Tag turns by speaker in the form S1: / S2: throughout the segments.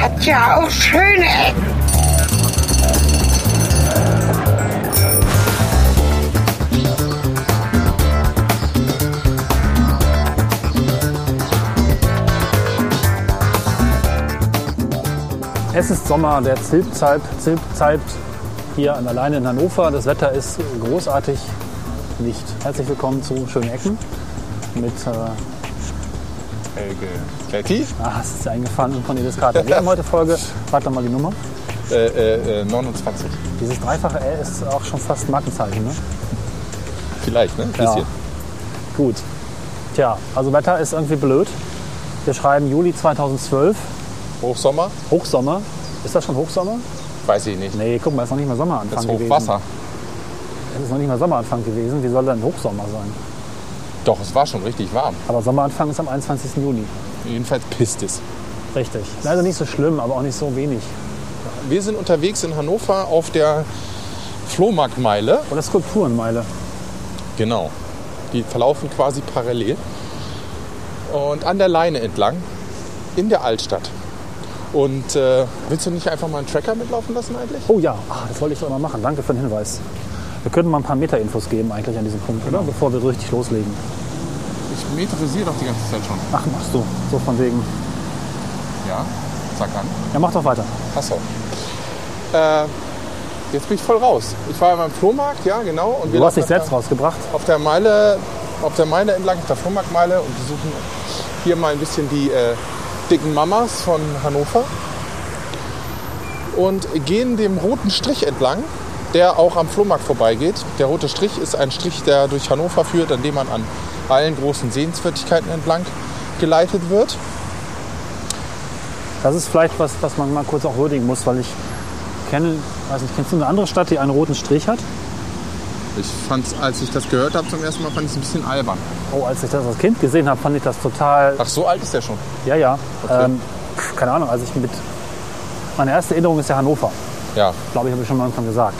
S1: hat ja auch schöne Ecken.
S2: Es ist Sommer, der Zilpzalp, Zilpzalp hier an alleine in Hannover. Das Wetter ist großartig nicht. Herzlich willkommen zu Schöne Ecken mit äh,
S3: Helge. Kreativ?
S2: Ah, es ist eingefahren und Cornelis Kater. Wir haben heute Folge, warte mal die Nummer.
S3: Äh, äh, äh, 29.
S2: Dieses dreifache L ist auch schon fast ein Markenzeichen, ne?
S3: Vielleicht, ne? Ein
S2: Ja.
S3: bisschen.
S2: Gut. Tja, also Wetter ist irgendwie blöd. Wir schreiben Juli 2012,
S3: Hochsommer?
S2: Hochsommer. Ist das schon Hochsommer?
S3: Weiß ich nicht.
S2: Nee, guck mal, ist noch nicht mal
S3: Das
S2: Sommeranfang
S3: ist
S2: gewesen.
S3: Hochwasser.
S2: Es ist noch nicht mal Sommeranfang gewesen. Wie soll denn Hochsommer sein?
S3: Doch, es war schon richtig warm.
S2: Aber Sommeranfang ist am 21. Juni.
S3: Jedenfalls pisst es.
S2: Richtig. Also nicht so schlimm, aber auch nicht so wenig.
S3: Wir sind unterwegs in Hannover auf der Flohmarktmeile.
S2: Oder Skulpturenmeile.
S3: Genau. Die verlaufen quasi parallel. Und an der Leine entlang in der Altstadt. Und äh, willst du nicht einfach mal einen Tracker mitlaufen lassen eigentlich?
S2: Oh ja, ah, das wollte ich doch immer machen. Danke für den Hinweis. Wir könnten mal ein paar Meta-Infos geben eigentlich an diesem Punkt,
S3: Genau.
S2: oder? Bevor wir so richtig loslegen.
S3: Ich metrisiere doch die ganze Zeit schon.
S2: Ach, machst du. So von wegen.
S3: Ja, sag an.
S2: Ja, mach doch weiter.
S3: Achso. Äh, jetzt bin ich voll raus. Ich war ja beim Flohmarkt, ja genau. Und wir
S2: Du hast dich
S3: laufen
S2: selbst rausgebracht.
S3: auf der Meile, auf der Meile entlang, auf der Flohmarktmeile und besuchen hier mal ein bisschen die äh, dicken Mamas von Hannover und gehen dem roten Strich entlang, der auch am Flohmarkt vorbeigeht. Der rote Strich ist ein Strich, der durch Hannover führt, an dem man an allen großen Sehenswürdigkeiten entlang geleitet wird.
S2: Das ist vielleicht was, was man mal kurz auch würdigen muss, weil ich kenne, weiß nicht, kennst du eine andere Stadt, die einen roten Strich hat?
S3: Ich fand's, als ich das gehört habe zum ersten Mal, fand ich es ein bisschen albern.
S2: Oh, als ich das als Kind gesehen habe, fand ich das total.
S3: Ach, so alt ist der schon.
S2: Ja, ja.
S3: Okay.
S2: Ähm, pf, keine Ahnung, als ich mit. Meine erste Erinnerung ist ja Hannover.
S3: Ja,
S2: glaube ich, habe ich schon am Anfang gesagt.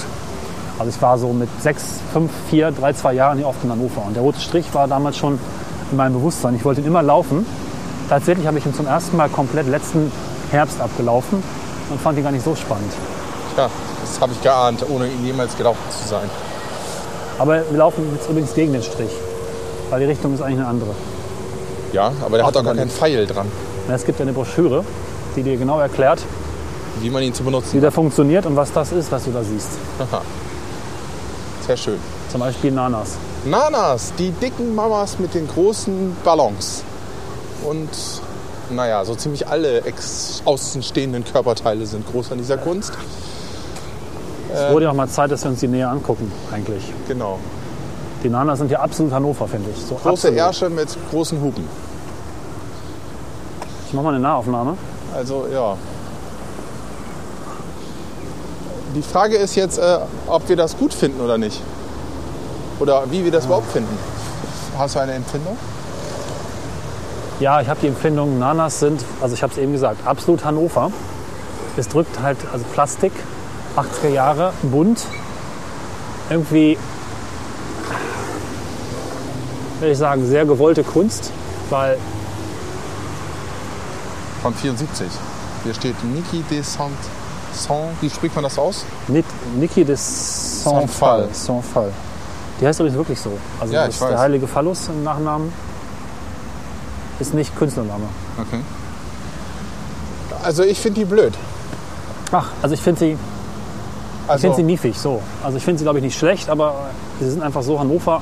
S2: Also ich war so mit sechs, fünf, vier, drei, zwei Jahren hier oft in Hannover. Und der rote Strich war damals schon in meinem Bewusstsein. Ich wollte ihn immer laufen. Tatsächlich habe ich ihn zum ersten Mal komplett letzten Herbst abgelaufen und fand ihn gar nicht so spannend.
S3: ja, das habe ich geahnt, ohne ihn jemals gelaufen zu sein.
S2: Aber wir laufen jetzt übrigens gegen den Strich, weil die Richtung ist eigentlich eine andere.
S3: Ja, aber der hat auch gar keinen
S2: Autobahn.
S3: Pfeil dran,
S2: Und Es gibt eine Broschüre, die dir genau erklärt,
S3: wie man ihn zu benutzen
S2: wie der funktioniert und was das ist, was du da siehst.
S3: Aha. Sehr schön.
S2: Zum Beispiel Nanas.
S3: Nanas, die dicken Mamas mit den großen Ballons. Und naja, so ziemlich alle ex außenstehenden Körperteile sind groß an dieser Kunst.
S2: Es wurde ja auch mal Zeit, dass wir uns die näher angucken, eigentlich.
S3: Genau.
S2: Die Nanas sind ja absolut Hannover, finde ich. So
S3: Große
S2: absolut.
S3: Ärsche mit großen Hupen.
S2: Ich mache mal eine Nahaufnahme.
S3: Also ja. Die Frage ist jetzt, äh, ob wir das gut finden oder nicht. Oder wie wir das überhaupt finden. Hast du eine Empfindung?
S2: Ja, ich habe die Empfindung, Nanas sind, also ich habe es eben gesagt, absolut Hannover. Es drückt halt, also Plastik, 80er Jahre, bunt. Irgendwie, würde ich sagen, sehr gewollte Kunst, weil
S3: Von 74. Hier steht Niki de Saint. Saint. Wie spricht man das aus?
S2: Ni- Niki de Saint-Fall. Saint-Fall. Die heißt übrigens wirklich so. Also
S3: Ja,
S2: das,
S3: ich weiß.
S2: der heilige Phallus im Nachnamen ist nicht Künstlername.
S3: Okay. Also ich finde die blöd.
S2: Ach, also ich finde sie Ich
S3: Also
S2: finde sie miefig, so. Also ich finde sie, glaube ich, nicht schlecht, aber sie sind einfach so Hannover,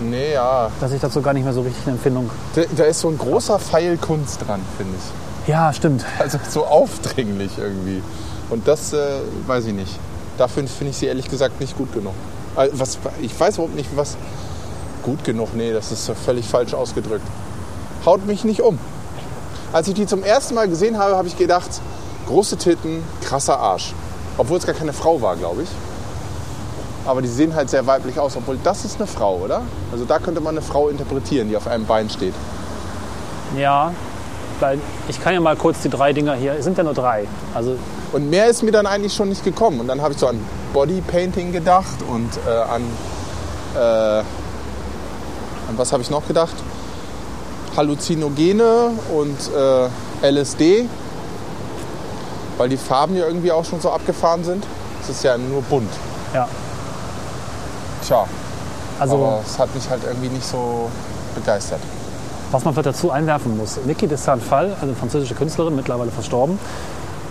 S3: nee, ja.
S2: dass ich dazu gar nicht mehr so richtig eine Empfindung...
S3: Da, da ist so ein großer Pfeil Kunst dran, finde ich.
S2: Ja, stimmt.
S3: Also so aufdringlich irgendwie. Und das äh, weiß ich nicht. Dafür finde ich sie ehrlich gesagt nicht gut genug. Äh, Was, ich weiß überhaupt nicht, was gut genug. Nee, das ist völlig falsch ausgedrückt. Haut mich nicht um. Als ich die zum ersten Mal gesehen habe, habe ich gedacht, große Titten, krasser Arsch. Obwohl es gar keine Frau war, glaube ich. Aber die sehen halt sehr weiblich aus, obwohl das ist eine Frau, oder? Also da könnte man eine Frau interpretieren, die auf einem Bein steht.
S2: Ja, weil ich kann ja mal kurz die drei Dinger hier... Es sind ja nur drei. Also
S3: Und mehr ist mir dann eigentlich schon nicht gekommen. Und dann habe ich so an Bodypainting gedacht und äh, an, äh, an was habe ich noch gedacht? Halluzinogene und äh, LSD weil die Farben ja irgendwie auch schon so abgefahren sind. Es ist ja nur bunt.
S2: Ja,
S3: Tja,
S2: also
S3: aber es hat mich halt irgendwie nicht so begeistert.
S2: was man vielleicht dazu einwerfen muss. Niki de Saint-Fall, also französische Künstlerin, mittlerweile verstorben,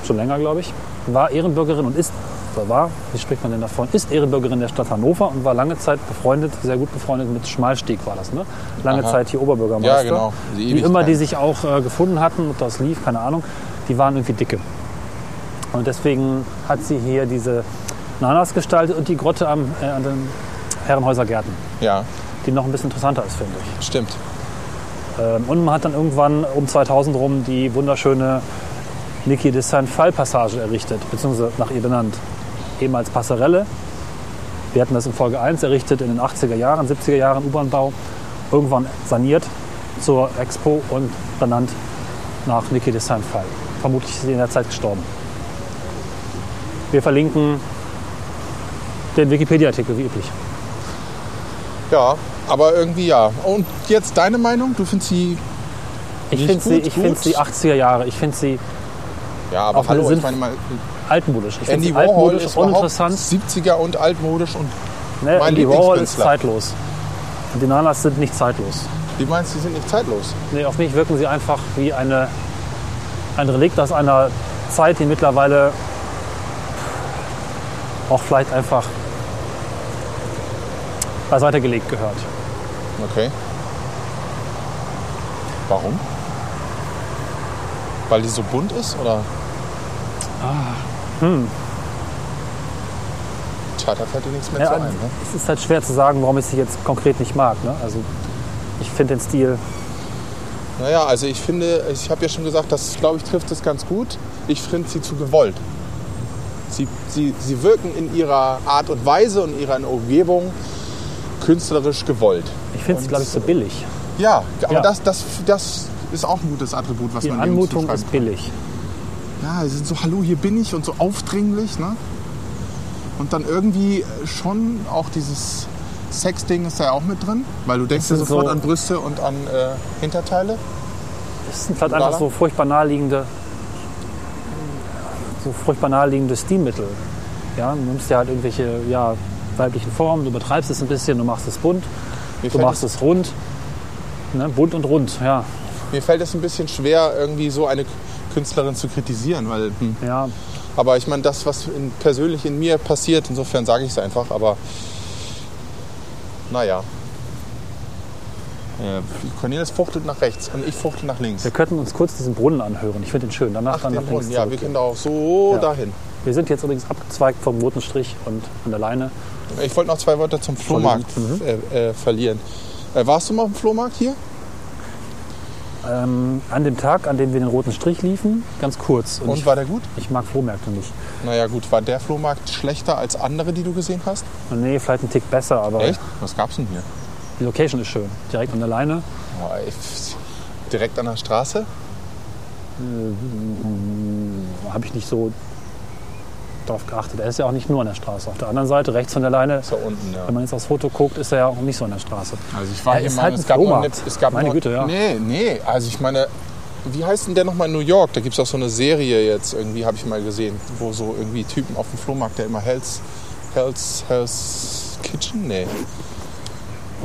S2: schon länger glaube ich, war Ehrenbürgerin und ist, oder war, wie spricht man denn davon, ist Ehrenbürgerin der Stadt Hannover und war lange Zeit befreundet, sehr gut befreundet mit Schmalstieg war das, ne? Lange
S3: Aha.
S2: Zeit hier Oberbürgermeister.
S3: Ja, genau. Die
S2: Die,
S3: Ewigkeit.
S2: immer, die sich auch äh, gefunden hatten, ob das lief, keine Ahnung, die waren irgendwie dicke. Und deswegen hat sie hier diese Nanas gestaltet und die Grotte am, äh, an den Herrenhäuser Gärten,
S3: Ja,
S2: die noch ein bisschen interessanter ist, finde ich.
S3: stimmt.
S2: Ähm, und man hat dann irgendwann um 2000 rum die wunderschöne Niki de Saint-Fall-Passage errichtet, beziehungsweise nach ihr benannt. Ehemals Passerelle. Wir hatten das in Folge 1 errichtet in den 80er Jahren, 70er Jahren U-Bahn-Bau. Irgendwann saniert zur Expo und benannt nach Niki de Saint-Fall. Vermutlich ist sie in der Zeit gestorben. Wir verlinken den Wikipedia-Artikel wie üblich.
S3: Ja, aber irgendwie ja. Und jetzt deine Meinung? Du findest sie.
S2: Ich
S3: Nicht
S2: finde sie,
S3: gut,
S2: ich find
S3: gut.
S2: sie 80er Jahre, ich finde sie
S3: Ja, aber
S2: Auf
S3: hallo,
S2: alle
S3: ich meine
S2: Sinn-
S3: mal,
S2: altmodisch. Ich finde
S3: Andy
S2: sie
S3: Warhol
S2: altmodisch,
S3: Äh, ist überhaupt
S2: uninteressant.
S3: 70er und altmodisch und
S2: Ne,
S3: Mein
S2: und die Warhol ist
S3: Lieblingskünstler.
S2: zeitlos. Die Nanas sind nicht zeitlos.
S3: die meinst, die sind nicht zeitlos.
S2: Nee, auf mich wirken sie einfach wie eine, ein Relikt aus einer Zeit, die mittlerweile auch vielleicht einfach beiseite gelegt gehört.
S3: Okay. Warum? Weil die so bunt ist oder?
S2: Ah.
S3: Hm.
S2: Hm.
S3: Tja, da fällt dir nichts mehr
S2: Ja,
S3: zu ein. Ne?
S2: Es ist halt schwer zu sagen, warum ich sie jetzt konkret nicht mag. Ne? Also ich finde den Stil,
S3: Naja, also ich finde, ich habe ja schon gesagt, das glaube ich trifft es ganz gut. Ich finde sie zu gewollt. Sie, sie, sie wirken in ihrer Art und Weise und ihrer Umgebung künstlerisch gewollt.
S2: ich finde sie,
S3: Und
S2: glaube ich, zu billig.
S3: Ja, aber
S2: Ja.
S3: Das, das, das ist auch ein gutes Attribut, was
S2: Die
S3: man dem
S2: Anmutung
S3: zuschreiben
S2: ist billig.
S3: ja, sie sind so, hallo, hier bin ich und so aufdringlich, ne? Und dann irgendwie schon auch dieses Sex-Ding ist da ja auch mit drin, weil du denkst ja
S2: sind
S3: sofort
S2: so-
S3: an Brüste und an äh, Hinterteile.
S2: Es sind halt einfach so furchtbar naheliegende, so furchtbar naheliegende Stilmittel. Ja, du nimmst ja halt irgendwelche ja, weiblichen Formen, du übertreibst es ein bisschen, du machst es bunt, du
S3: Mir fällt
S2: machst es rund. Ne, bunt und rund, ja.
S3: Mir fällt es ein bisschen schwer, irgendwie so eine Künstlerin zu kritisieren, weil, hm,
S2: ja.
S3: aber ich meine, das, was in, persönlich in mir passiert, insofern sage ich es einfach, aber naja. Äh, Cornelis fuchtelt nach rechts und ich fuchtel nach links.
S2: Wir könnten uns kurz diesen Brunnen anhören. Ich finde den schön. Danach
S3: Ach,
S2: dann
S3: den
S2: nach links
S3: Brunnen. Ja, wir
S2: zurück.
S3: können da auch so
S2: Ja.
S3: dahin.
S2: Wir sind jetzt übrigens abgezweigt vom roten Strich und von der Leine.
S3: Ich wollte noch zwei Wörter zum Flohmarkt äh, äh, verlieren. Äh, warst du mal auf dem Flohmarkt hier?
S2: Ähm, an dem Tag, an dem wir den roten Strich liefen, ganz kurz. Und,
S3: Und
S2: ich,
S3: war der gut?
S2: ich mag Flohmärkte nicht.
S3: Naja gut, war der Flohmarkt schlechter als andere, die du gesehen hast?
S2: Nee, vielleicht ein Tick besser, aber
S3: Echt? Was gab's denn hier?
S2: die Location ist schön. Direkt an der Leine.
S3: Oh, ey, pff, direkt an der Straße?
S2: habe ich nicht so drauf geachtet. Er ist ja auch nicht nur an der Straße. Auf der anderen Seite, rechts von der Leine,
S3: Ist da unten, ja.
S2: wenn man jetzt aufs Foto guckt, ist er ja auch nicht so an der Straße.
S3: Also ich war
S2: Ja,
S3: hier
S2: ist
S3: mal,
S2: halt ein
S3: es gab noch eine,
S2: Flohmarkt.
S3: es gab
S2: Meine
S3: noch,
S2: Güte, ja.
S3: Nee, nee, also ich meine, wie heißt denn der nochmal in New York? Da gibt es auch so eine Serie jetzt, irgendwie habe ich mal gesehen, wo so irgendwie Typen auf dem Flohmarkt, der immer Hell's, Hell's, Hell's Kitchen? Nee.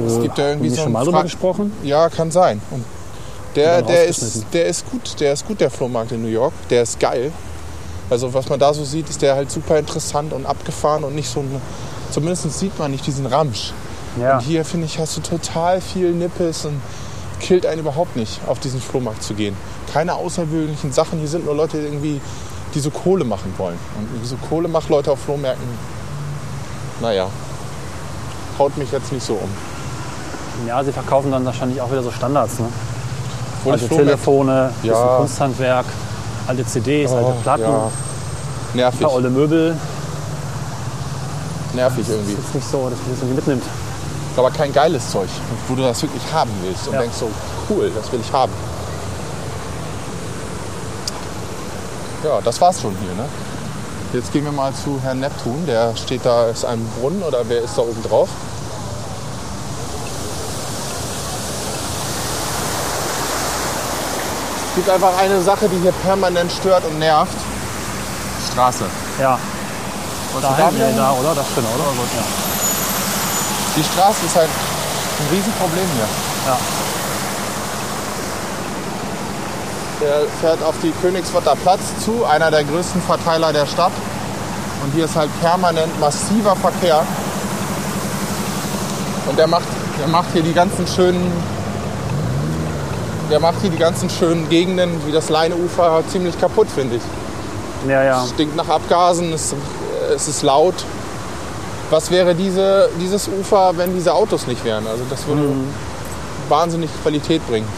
S3: Es gibt ja irgendwie
S2: Äh, Haben wir
S3: so
S2: schon
S3: einen
S2: mal
S3: Fra-
S2: drüber gesprochen.
S3: Ja, kann sein. Und der,
S2: Und dann
S3: der, ist,
S2: rausgeschnitten.
S3: der ist gut, der ist gut, der Flohmarkt in New York. Der ist geil. Also was man da so sieht, ist der halt super interessant und abgefahren und nicht so ein. Zumindest sieht man nicht diesen Ramsch.
S2: Ja,
S3: Und hier finde ich, hast du total viel Nippes und killt einen überhaupt nicht, auf diesen Flohmarkt zu gehen. Keine außergewöhnlichen Sachen. Hier sind nur Leute irgendwie, die so Kohle machen wollen. Und so Kohle macht Leute auf Flohmärkten. Naja, haut mich jetzt nicht so um.
S2: ja, sie verkaufen dann wahrscheinlich auch wieder so Standards. Ne?
S3: Obwohl
S2: Alte
S3: ich Flohmärkte-
S2: Telefone,
S3: Ja.
S2: bisschen Kunsthandwerk, alte CDs, alte
S3: Oh,
S2: Platten,
S3: ja.
S2: ein
S3: Nervig,
S2: paar olle Möbel.
S3: nervig irgendwie.
S2: Das ist jetzt nicht so, dass man das irgendwie mitnimmt.
S3: Aber kein geiles Zeug, wo du das wirklich haben willst und
S2: Ja.
S3: denkst so, cool, das will ich haben. Ja, das war's schon hier, ne? Jetzt gehen wir mal zu Herrn Neptun, der steht da, ist ein Brunnen oder wer ist da oben drauf? Es gibt einfach eine Sache, die hier permanent stört und nervt. Straße.
S2: Ja,
S3: Wolltest
S2: da,
S3: du da Oh
S2: hinten,
S3: wieder
S2: nee,
S3: hin?
S2: da, oder? Das stimmt, oder? ja.
S3: Die Straße ist halt ein Riesenproblem hier.
S2: Ja.
S3: Der fährt auf die Königswatter Platz zu, einer der größten Verteiler der Stadt. Und hier ist halt permanent massiver Verkehr. Und der macht, der macht hier die ganzen schönen, der macht hier die ganzen schönen Gegenden wie das Leineufer ziemlich kaputt, finde ich.
S2: Ja, ja.
S3: Es stinkt nach Abgasen, es, es ist laut. Was wäre diese, dieses Ufer, wenn diese Autos nicht wären? Also das würde wahnsinnig Qualität bringen.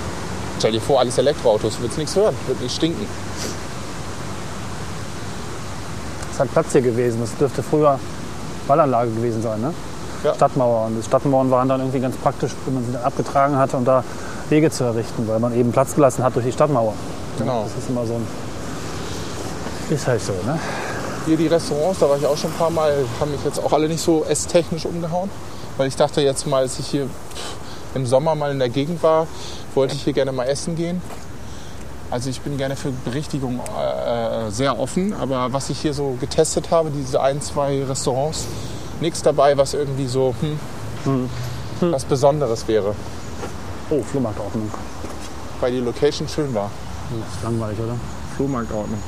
S3: Stell dir vor, alles Elektroautos, wird nichts hören, wird nicht stinken.
S2: Es hat Platz hier gewesen. Das dürfte früher Ballanlage gewesen sein, ne?
S3: Ja.
S2: Stadtmauer. Und die Stadtmauern waren dann irgendwie ganz praktisch, wenn man sie dann abgetragen hatte, um da Wege zu errichten, weil man eben Platz gelassen hat durch die Stadtmauer.
S3: Genau.
S2: Das ist immer so ein. Ist halt so, ne?
S3: Hier die Restaurants, da war ich auch schon ein paar Mal, haben mich jetzt auch alle nicht so esstechnisch umgehauen. Weil ich dachte jetzt mal, als ich hier pff, im Sommer mal in der Gegend war, wollte ich hier gerne mal essen gehen. Also ich bin gerne für Berichtigung äh, äh, sehr offen, aber was ich hier so getestet habe, diese ein, zwei Restaurants, nichts dabei, was irgendwie so hm, was Besonderes wäre,
S2: Oh, Flohmarktordnung. Hm,
S3: weil die Location schön war.
S2: Das ist langweilig, oder?
S3: Flohmarktordnung.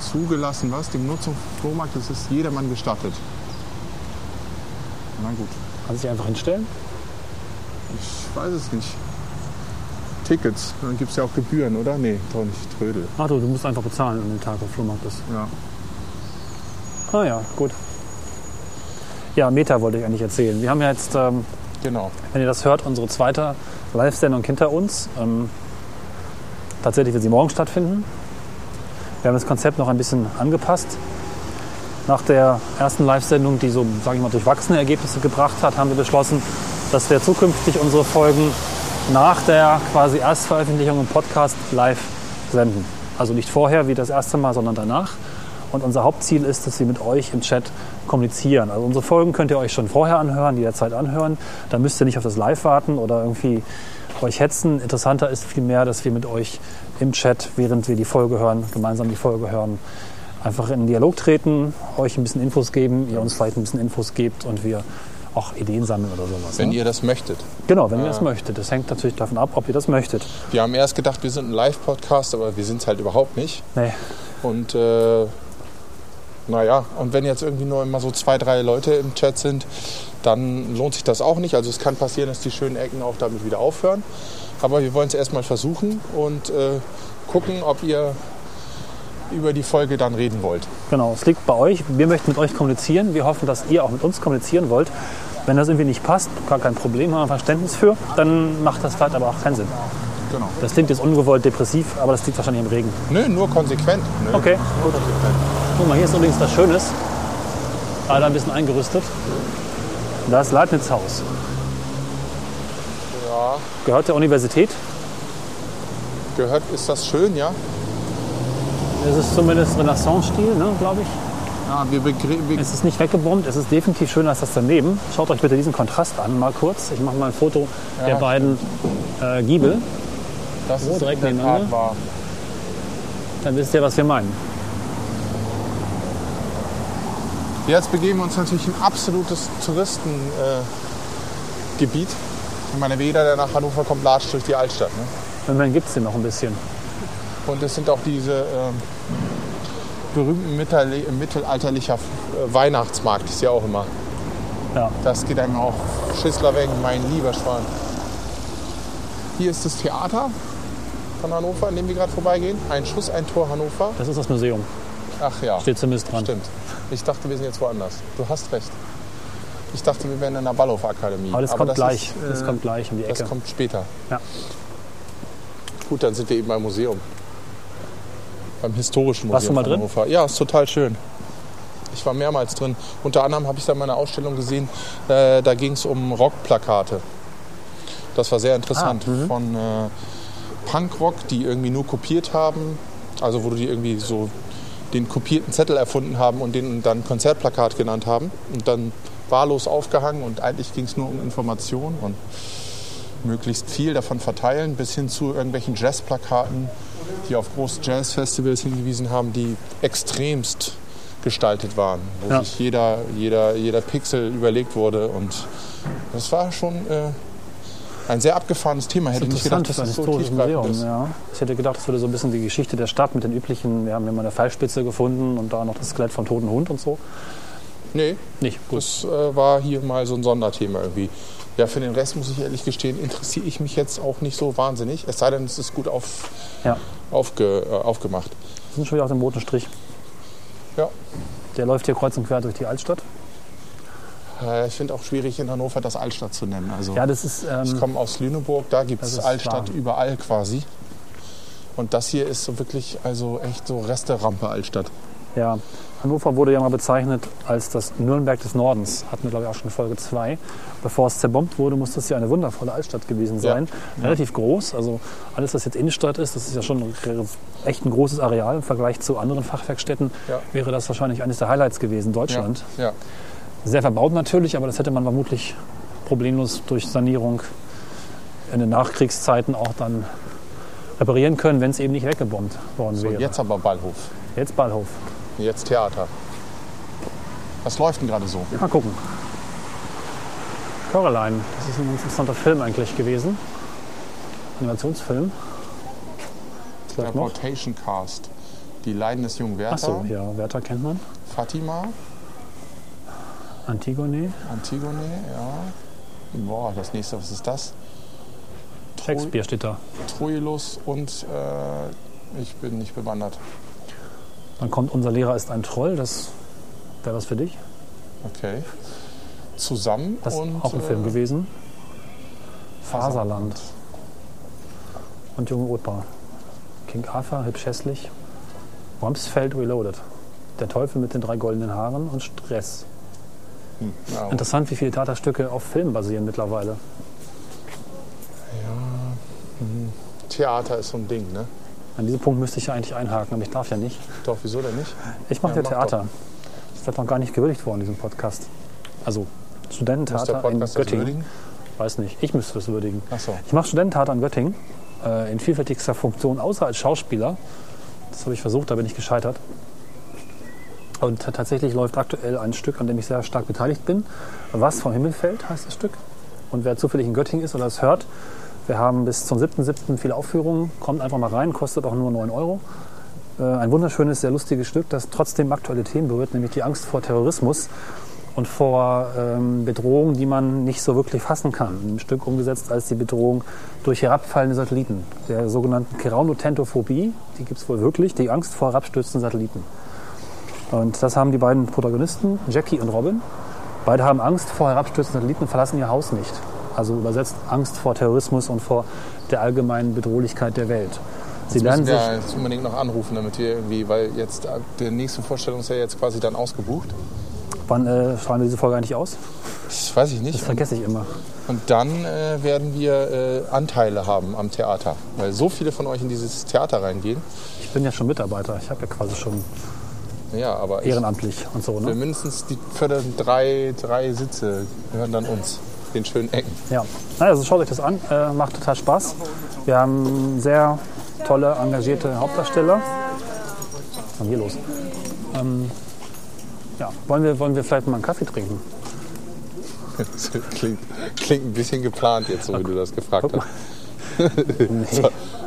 S3: Zugelassen was? Die Nutzung von Flohmarkt, das ist jedermann gestattet. Na gut,
S2: Kannst du dich einfach hinstellen?
S3: ich weiß es nicht. Tickets, dann gibt es ja auch Gebühren, oder? Nee, doch nicht. Trödel.
S2: Ach du, du musst einfach bezahlen an den Tag, wo Flohmarkt ist.
S3: Ja.
S2: Ah ja, gut. Ja, Meta wollte ich eigentlich erzählen. Wir haben ja jetzt, ähm,
S3: Genau.
S2: wenn ihr das hört, unsere zweite Live-Sendung hinter uns. Ähm, tatsächlich wird sie morgen stattfinden. Wir haben das Konzept noch ein bisschen angepasst. Nach der ersten Live-Sendung, die so, sage ich mal, durchwachsene Ergebnisse gebracht hat, haben wir beschlossen, dass wir zukünftig unsere Folgen nach der quasi Erstveröffentlichung im Podcast live senden. Also nicht vorher wie das erste Mal, sondern danach. Und unser Hauptziel ist, dass wir mit euch im Chat kommunizieren. Also unsere Folgen könnt ihr euch schon vorher anhören, jederzeit anhören. Da müsst ihr nicht auf das Live warten oder irgendwie euch hetzen. Interessanter ist vielmehr, dass wir mit euch im Chat, während wir die Folge hören, gemeinsam die Folge hören, einfach in den Dialog treten, euch ein bisschen Infos geben, ihr uns vielleicht ein bisschen Infos gebt und wir auch Ideen sammeln oder sowas.
S3: Wenn
S2: ne?
S3: ihr das möchtet.
S2: genau, wenn ihr das möchtet. Das hängt natürlich davon ab, ob ihr das möchtet.
S3: Wir haben erst gedacht, wir sind ein Live-Podcast, aber wir sind es halt überhaupt nicht.
S2: Nee.
S3: Und äh, naja, und wenn jetzt irgendwie nur immer so zwei, drei Leute im Chat sind, dann lohnt sich das auch nicht. Also es kann passieren, dass die schönen Ecken auch damit wieder aufhören. Aber wir wollen es erstmal versuchen und äh, gucken, ob ihr über die Folge dann reden wollt.
S2: Genau, es liegt bei euch. Wir möchten mit euch kommunizieren. Wir hoffen, dass ihr auch mit uns kommunizieren wollt. Wenn das irgendwie nicht passt, gar kein Problem, haben wir Verständnis für, dann macht das vielleicht aber auch keinen Sinn.
S3: Genau.
S2: Das klingt jetzt ungewollt depressiv, aber das liegt wahrscheinlich im Regen.
S3: Nö, nur konsequent. Nö.
S2: Okay, gut. Guck mal, hier ist übrigens was Schönes. Leider ein bisschen eingerüstet. Das Leibniz-Haus.
S3: Ja,
S2: Gehört der Universität.
S3: gehört ist das schön, ja?
S2: Es ist zumindest Renaissance-Stil, ne, glaube ich.
S3: Ja, wir, begre- wir
S2: Es ist nicht weggebombt, es ist definitiv schöner als das daneben. Schaut euch bitte diesen Kontrast an, mal kurz. Ich mache mal ein Foto der beiden äh, Giebel.
S3: das
S2: Wo,
S3: ist
S2: direkt
S3: in der Tat
S2: nebeneinander?
S3: wahr.
S2: Dann wisst ihr, was wir meinen.
S3: Jetzt begeben wir uns natürlich in absolutes Touristengebiet. Äh, ich meine, jeder, der nach Hannover kommt, latscht durch die Altstadt. Ne?
S2: Und dann gibt es den noch ein bisschen.
S3: Und es sind auch diese ähm, berühmten mitterle- mittelalterlicher äh, Weihnachtsmarkt, ist ja auch immer.
S2: Ja.
S3: Das geht einem auch Schissler weg, mein lieber Schwan. Hier ist das Theater von Hannover, an dem wir gerade vorbeigehen. Ein Schuss, ein Tor Hannover.
S2: Das ist das Museum.
S3: Ach ja,
S2: Steht zumindest dran.
S3: stimmt. Ich dachte, wir sind jetzt woanders. Du hast recht. Ich dachte, wir wären in der Ballhof-Akademie.
S2: Aber das kommt gleich.
S3: ist,
S2: das
S3: äh,
S2: kommt gleich um die Ecke.
S3: Das kommt später.
S2: Ja.
S3: Gut, dann sind wir eben beim Museum. Beim historischen Museum.
S2: Warst du mal
S3: von
S2: drin?
S3: Hannover. Ja, ist total schön. Ich war mehrmals drin. Unter anderem habe ich da mal eine Ausstellung gesehen, äh, da ging es um Rockplakate. Das war sehr
S2: Ah,
S3: interessant.
S2: mhm.
S3: Von äh, Punkrock, die irgendwie nur kopiert haben. Also wo die irgendwie so den kopierten Zettel erfunden haben und den dann Konzertplakat genannt haben. Und dann wahllos aufgehangen und eigentlich ging es nur um Informationen. Und möglichst viel davon verteilen, bis hin zu irgendwelchen Jazzplakaten, die auf großen Jazzfestivals hingewiesen haben, die extremst gestaltet waren, wo
S2: Ja.
S3: sich jeder, jeder, jeder Pixel überlegt wurde. Und das war schon äh, ein sehr abgefahrenes Thema. Hätte nicht
S2: Interessant
S3: gedacht,
S2: das
S3: dass
S2: ist ein
S3: das so
S2: historisches
S3: tiefgreifend
S2: Museum.
S3: ist.
S2: Ja. Ich hätte gedacht, das würde so ein bisschen die Geschichte der Stadt mit den üblichen, wir haben hier mal eine Fallspitze gefunden und da noch das Skelett vom toten Hund und so.
S3: Nee,
S2: Nicht gut.
S3: das äh, war hier mal so ein Sonderthema irgendwie. Ja, für den Rest muss ich ehrlich gestehen, interessiere ich mich jetzt auch nicht so wahnsinnig. Es sei denn, es ist gut auf,
S2: Ja,
S3: aufge, äh, aufgemacht.
S2: wir sind schon wieder auf dem roten Strich.
S3: Ja.
S2: Der läuft hier kreuz und quer durch die Altstadt.
S3: Äh, ich finde auch schwierig, in Hannover das Altstadt zu nennen. Also,
S2: Ja, das ist.
S3: ich
S2: Ähm,
S3: komme aus Lüneburg, da gibt
S2: Das
S3: es
S2: ist
S3: Altstadt
S2: wahr.
S3: überall quasi. Und das hier ist so wirklich, also echt so Resterampe Altstadt.
S2: Ja, Hannover wurde ja mal bezeichnet als das Nürnberg des Nordens. Hatten wir, glaube ich, auch schon in Folge 2. Bevor es zerbombt wurde, muss das ja eine wundervolle Altstadt gewesen
S3: Ja.
S2: sein. Relativ groß. Also alles, was jetzt Innenstadt ist, das ist ja schon re- echt ein großes Areal im Vergleich zu anderen Fachwerkstätten,
S3: Ja.
S2: wäre das wahrscheinlich eines der Highlights gewesen Deutschland.
S3: Ja. ja.
S2: Sehr verbaut natürlich, aber das hätte man vermutlich problemlos durch Sanierung in den Nachkriegszeiten auch dann reparieren können, wenn es eben nicht weggebombt worden
S3: So,
S2: wäre.
S3: jetzt aber Ballhof.
S2: jetzt Ballhof.
S3: Jetzt Theater. Was läuft denn gerade so?
S2: Mal gucken. Coraline, das ist ein ganz interessanter Film eigentlich gewesen. Animationsfilm. Vielleicht noch?
S3: Teleportation Cast. Die Leiden des jungen Werther.
S2: Achso, ja, Werther kennt man.
S3: Fatima,
S2: Antigone,
S3: Antigone, ja. Boah, das nächste, was ist das?
S2: Shakespeare steht da.
S3: Troilus und äh, ich bin nicht bewandert.
S2: Dann kommt unser Lehrer ist ein Troll, das wäre was für dich.
S3: Okay. Zusammen
S2: Das
S3: und
S2: ist auch ein Film
S3: äh,
S2: gewesen. Faserland. Und Junge Opa. King Arthur, hübsch hässlich. Rumsfeld Reloaded. Der Teufel mit den drei goldenen Haaren und Stress.
S3: hm, ja,
S2: Interessant, wie viele Theaterstücke auf Filmen basieren mittlerweile.
S3: Theater ist so ein Ding, ne?
S2: An diesem Punkt müsste ich ja eigentlich einhaken, aber ich darf ja nicht.
S3: Doch, wieso denn nicht?
S2: Ich mache
S3: Ja,
S2: ja,
S3: mach
S2: Theater. Das wird noch gar nicht gewürdigt worden, diesem Podcast. Also
S3: Muss der
S2: Studententheater in
S3: Podcast das
S2: Göttingen.
S3: würdigen?
S2: Weiß nicht, ich müsste das würdigen.
S3: Achso.
S2: Ich mache Studententheater in Göttingen äh, in vielfältigster Funktion, außer als Schauspieler. Das habe ich versucht, da bin ich gescheitert. Und t- tatsächlich läuft aktuell ein Stück, an dem ich sehr stark beteiligt bin. Was vom Himmel fällt, heißt das Stück. Und wer zufällig in Göttingen ist oder es hört, wir haben bis zum 7.7. viele Aufführungen. Kommt einfach mal rein, kostet auch nur 9 Euro. Äh, ein wunderschönes, sehr lustiges Stück, das trotzdem aktuelle Themen berührt, nämlich die Angst vor Terrorismus und vor ähm, Bedrohungen, die man nicht so wirklich fassen kann. Ein Stück umgesetzt als die Bedrohung durch herabfallende Satelliten, der sogenannten Keraunotentophobie, die gibt es wohl wirklich, die Angst vor herabstürzenden Satelliten. Und das haben die beiden Protagonisten, Jackie und Robin. Beide haben Angst vor herabstürzenden Satelliten und verlassen ihr Haus nicht. Also übersetzt Angst vor Terrorismus und vor der allgemeinen Bedrohlichkeit der Welt. Sie lernen
S3: Müssen
S2: sich
S3: wir jetzt unbedingt noch anrufen, damit wir irgendwie, weil jetzt äh, die nächste Vorstellung ist ja jetzt quasi dann ausgebucht.
S2: Wann äh, schreiben wir diese Folge eigentlich aus?
S3: Das weiß ich nicht.
S2: Das vergesse ich immer.
S3: Und dann äh, werden wir äh, Anteile haben am Theater. Weil so viele von euch in dieses Theater reingehen.
S2: Ich bin ja schon Mitarbeiter. Ich habe ja quasi schon
S3: Ja, aber ich,
S2: ehrenamtlich und so.
S3: wir
S2: Ne?
S3: mindestens die für die drei, drei Sitze gehören dann uns. Den schönen Ecken.
S2: Ja. Na, Also schaut euch das an. Äh, macht total Spaß. Wir haben sehr tolle, engagierte Hauptdarsteller. Was ist denn hier los? Ähm, ja. wollen, wir, wollen wir vielleicht mal einen Kaffee trinken?
S3: Das klingt, klingt ein bisschen geplant jetzt, so wie du das gefragt hast.
S2: Nee.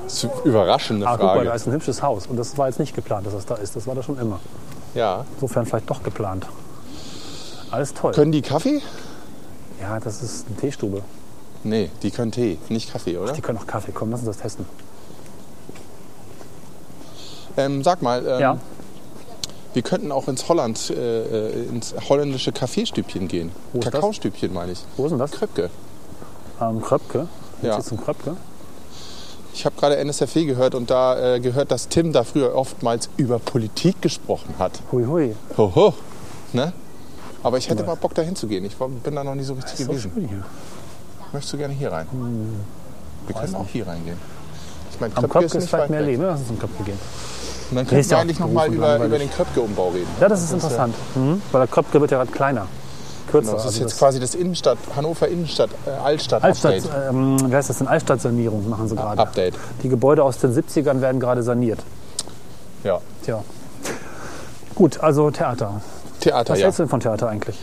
S3: Das ist eine überraschende
S2: Ah, guck mal, da
S3: Frage.
S2: ist ein hübsches Haus. Und das war jetzt nicht geplant, dass das da ist. Das war da schon immer.
S3: Ja.
S2: Insofern vielleicht doch geplant. Alles toll.
S3: Können die Kaffee?
S2: Ja, das ist eine Teestube.
S3: Nee, die können Tee, nicht Kaffee, oder?
S2: Die können auch Kaffee kommen. Lass uns das testen.
S3: Ähm, sag mal, ähm,
S2: Ja.
S3: wir könnten auch ins Holland, äh, äh, ins holländische Kaffeestübchen gehen.
S2: Wo ist das?
S3: Kakaostübchen, meine ich.
S2: Wo ist denn das?
S3: Kröpke.
S2: Ähm, Kröpke.
S3: Ja.
S2: Ja. Ist ein Kröpke.
S3: Ich habe gerade NSFW gehört und da äh, gehört, dass Tim da früher oftmals über Politik gesprochen hat.
S2: Hui, hui.
S3: Hoho. Ne? Aber ich hätte mal Bock, da hinzugehen. Ich war, bin da noch nie so richtig
S2: Ist so
S3: gewesen.
S2: schön hier.
S3: Möchtest du gerne hier rein? wir können auch hier reingehen. Ich meine,
S2: Hm. Am
S3: Kröpke,
S2: Kröpke
S3: ist
S2: ist
S3: nicht
S2: vielleicht
S3: weit
S2: mehr
S3: weg.
S2: Leben. Lass uns zum Kröpke gehen.
S3: Und dann können
S2: ist ja
S3: wir
S2: auch
S3: eigentlich noch mal
S2: doof und
S3: über,
S2: langweilig.
S3: über den Kröpke-Umbau reden.
S2: Ja, das ist interessant. Mhm. Weil der Kröpke wird ja gerade kleiner. kürzer.
S3: Genau, Das ist
S2: Also
S3: jetzt quasi das Innenstadt, Hannover Innenstadt, äh, Altstadt,
S2: Altstadt,
S3: Update.
S2: ähm, wer heißt das denn? Altstadtsanierung machen sie gerade.
S3: Update.
S2: Die Gebäude aus den 70ern werden gerade saniert.
S3: Ja.
S2: Tja. Gut, also Theater.
S3: Theater,
S2: Was
S3: ja.
S2: hältst du denn von Theater eigentlich?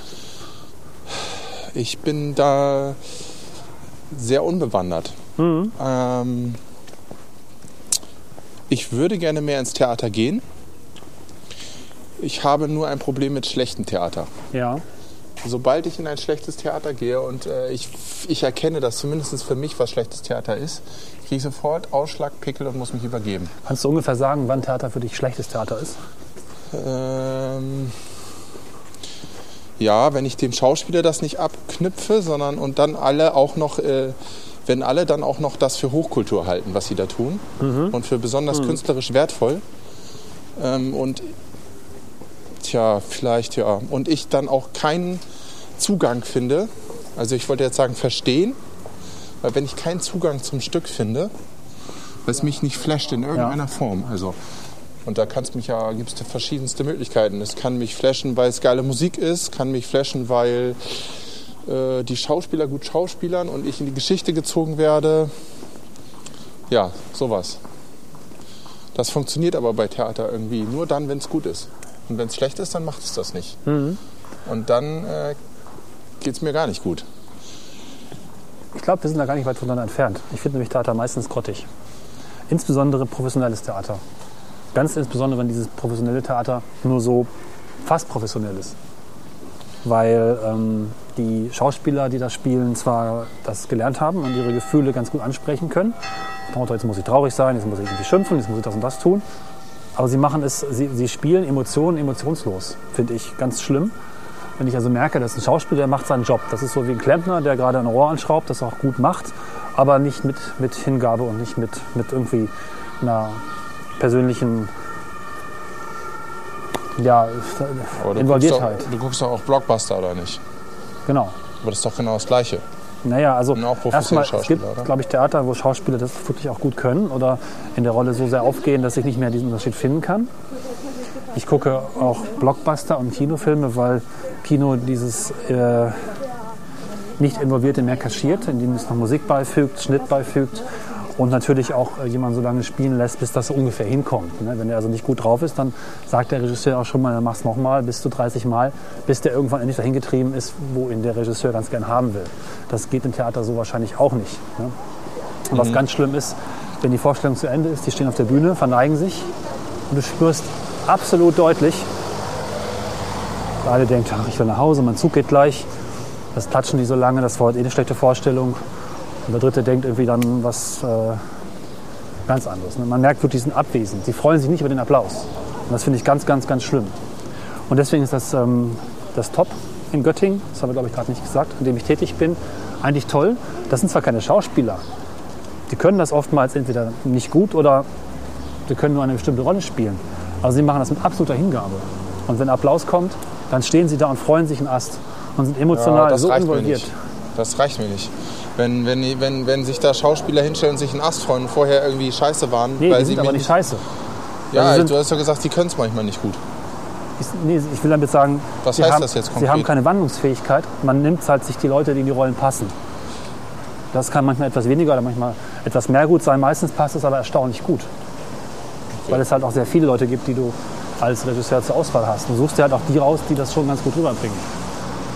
S3: Ich bin da sehr unbewandert.
S2: Mhm.
S3: Ähm, ich würde gerne mehr ins Theater gehen. Ich habe nur ein Problem mit schlechtem Theater.
S2: Ja.
S3: Sobald ich in ein schlechtes Theater gehe und äh, ich, ich erkenne, dass zumindest für mich was schlechtes Theater ist, kriege ich sofort Ausschlag, Pickel und muss mich übergeben.
S2: Kannst du ungefähr sagen, wann Theater für dich schlechtes Theater ist?
S3: Ähm, ja, wenn ich dem Schauspieler das nicht abknüpfe, sondern und dann alle auch noch, äh, wenn alle dann auch noch das für Hochkultur halten, was sie da tun und für besonders künstlerisch wertvoll ähm, und tja, vielleicht ja und ich dann auch keinen Zugang finde, also ich wollte jetzt sagen verstehen, weil wenn ich keinen Zugang zum Stück finde, was mich nicht flasht in irgendeiner Form, also und da kannst mich ja, gibt es verschiedenste Möglichkeiten. Es kann mich flashen, weil es geile Musik ist, kann mich flashen, weil äh, die Schauspieler gut schauspielern und ich in die Geschichte gezogen werde. Ja, sowas. Das funktioniert aber bei Theater irgendwie nur dann, wenn es gut ist. Und wenn es schlecht ist, dann macht es das nicht. Und dann äh, geht es mir gar nicht gut.
S2: Ich glaube, wir sind da gar nicht weit voneinander entfernt. Ich finde nämlich Theater meistens grottig. Insbesondere professionelles Theater. Ganz insbesondere, wenn dieses professionelle Theater nur so fast professionell ist. Weil ähm, die Schauspieler, die das spielen, zwar das gelernt haben und ihre Gefühle ganz gut ansprechen können. Nach dem Motto, Jetzt muss ich traurig sein, jetzt muss ich irgendwie schimpfen, jetzt muss ich das und das tun. Aber sie machen es, sie, sie spielen Emotionen emotionslos, finde ich ganz schlimm. Wenn ich also merke, dass ein Schauspieler der macht seinen Job, das ist so wie ein Klempner, der gerade ein Rohr anschraubt, das auch gut macht, aber nicht mit, mit Hingabe und nicht mit, mit irgendwie einer persönlichen ja,
S3: Aber du
S2: Involviertheit.
S3: Guckst doch, du guckst doch auch Blockbuster, oder nicht?
S2: Genau.
S3: Aber das ist doch genau das Gleiche.
S2: Naja, also
S3: Und auch professionelle
S2: erstmal, es
S3: Schauspieler,
S2: gibt,
S3: oder?
S2: glaube ich, Theater, wo Schauspieler das wirklich auch gut können oder in der Rolle so sehr aufgehen, dass ich nicht mehr diesen Unterschied finden kann. Ich gucke auch Blockbuster und Kinofilme, weil Kino dieses äh, nicht involvierte mehr kaschiert, indem es noch Musik beifügt, Schnitt beifügt und natürlich auch äh, jemanden so lange spielen lässt, bis das so ungefähr hinkommt. Ne? Wenn er also nicht gut drauf ist, dann sagt der Regisseur auch schon mal, dann mach's nochmal bis zu 30 Mal, bis der irgendwann endlich dahin getrieben ist, wo ihn der Regisseur ganz gern haben will. Das geht im Theater so wahrscheinlich auch nicht. Ne? Und was ganz schlimm ist, wenn die Vorstellung zu Ende ist, die stehen auf der Bühne, verneigen sich und du spürst absolut deutlich, alle denken, ach, ich will nach Hause, mein Zug geht gleich. Das klatschen die so lange, das war heute eh eine schlechte Vorstellung. Und der Dritte denkt irgendwie dann was äh, ganz anderes. Ne? Man merkt wirklich, die sind abwesend. Sie freuen sich nicht über den Applaus. Und das finde ich ganz, ganz, ganz schlimm. Und deswegen ist das, ähm, das Top in Göttingen, das haben wir glaube ich gerade nicht gesagt, in dem ich tätig bin, eigentlich toll. Das sind zwar keine Schauspieler, die können das oftmals entweder nicht gut oder sie können nur eine bestimmte Rolle spielen. Also sie machen das mit absoluter Hingabe. Und wenn Applaus kommt, dann stehen sie da und freuen sich einen Ast und sind emotional
S3: Ah, das
S2: so
S3: reicht
S2: involviert.
S3: Mir nicht. Das reicht mir nicht. Wenn, wenn, wenn, wenn sich da Schauspieler hinstellen und sich einen Ast freuen und vorher irgendwie scheiße waren,
S2: Nee,
S3: weil
S2: die
S3: sie
S2: sind aber
S3: mich
S2: nicht scheiße.
S3: Ja,
S2: die sind-
S3: du hast ja gesagt, die können es manchmal nicht gut.
S2: Ich, nee, ich will damit sagen,
S3: Was
S2: sie
S3: heißt
S2: haben,
S3: das jetzt
S2: sie
S3: konkret?
S2: haben keine Wandlungsfähigkeit. Man nimmt halt sich die Leute, die in die Rollen passen. Das kann manchmal etwas weniger oder manchmal etwas mehr gut sein. Meistens passt es aber erstaunlich gut. Weil es halt auch sehr viele Leute gibt, die du als Regisseur zur Auswahl hast. Du suchst dir halt auch die raus, die das schon ganz gut rüberbringen.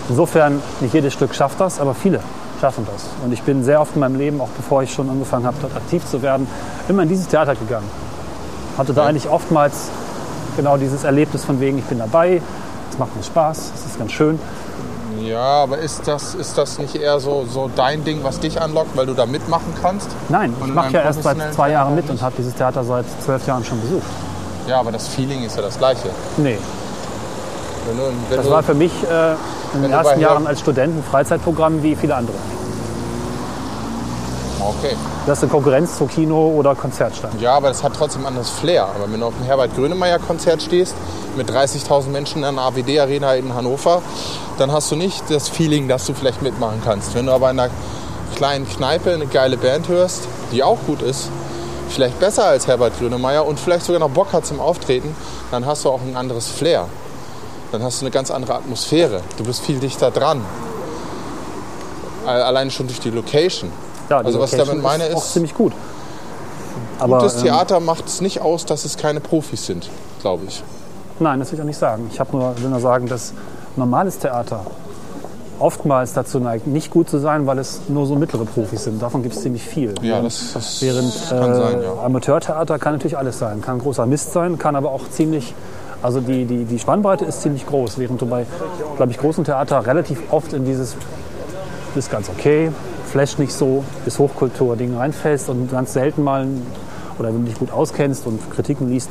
S2: Insofern, nicht jedes Stück schafft das, aber viele schaffen das. Und ich bin sehr oft in meinem Leben, auch bevor ich schon angefangen habe, dort aktiv zu werden, immer in dieses Theater gegangen. Hatte da eigentlich oftmals genau dieses Erlebnis von wegen, ich bin dabei, es macht mir Spaß, es ist ganz schön.
S3: Ja, aber ist das, ist das nicht eher so, so dein Ding, was dich anlockt, weil du da mitmachen kannst?
S2: Nein,
S3: Und
S2: ich
S3: in
S2: mache
S3: einem
S2: ja erst seit
S3: professionellen
S2: zwei Jahren
S3: Theater
S2: mit und habe dieses Theater seit zwölf Jahren schon besucht.
S3: Ja, aber das Feeling ist ja das gleiche.
S2: Nee,
S3: Wenn du, wenn
S2: das
S3: du,
S2: war für mich äh, in den
S3: Wenn du bei
S2: ersten
S3: Hör-
S2: Jahren als Student ein Freizeitprogramm wie viele andere.
S3: okay.
S2: Das ist eine Konkurrenz zu Kino oder Konzertstand.
S3: Ja, aber das hat trotzdem anderes Flair. Aber wenn du auf dem Herbert Grönemeyer-Konzert stehst, mit 30.000 Menschen in einer AWD-Arena in Hannover, dann hast du nicht das Feeling, dass du vielleicht mitmachen kannst. Wenn du aber in einer kleinen Kneipe eine geile Band hörst, die auch gut ist, vielleicht besser als Herbert Grönemeyer und vielleicht sogar noch Bock hat zum Auftreten, dann hast du auch ein anderes Flair. dann hast du eine ganz andere Atmosphäre. Du bist viel dichter dran. Al- Allein schon durch die Location.
S2: Ja, die
S3: Also was ich
S2: Location
S3: damit meine
S2: ist auch
S3: ist-
S2: ziemlich gut. Aber,
S3: Gutes
S2: ähm,
S3: Theater macht es nicht aus, dass es keine Profis sind, glaube ich.
S2: Nein, das will ich auch nicht sagen. Ich hab nur, will nur sagen, dass normales Theater oftmals dazu neigt, nicht gut zu sein, weil es nur so mittlere Profis sind. Davon gibt es ziemlich viel.
S3: Ja, das, das
S2: Während
S3: kann
S2: äh,
S3: sein, ja.
S2: Amateurtheater kann natürlich alles sein. Kann großer Mist sein, kann aber auch ziemlich. Also die, die, die Spannbreite ist ziemlich groß, während du bei, glaube ich, großem Theater relativ oft in dieses ist ganz okay, flasht nicht so, ist Hochkultur-Ding reinfällst und ganz selten mal, oder wenn du dich gut auskennst und Kritiken liest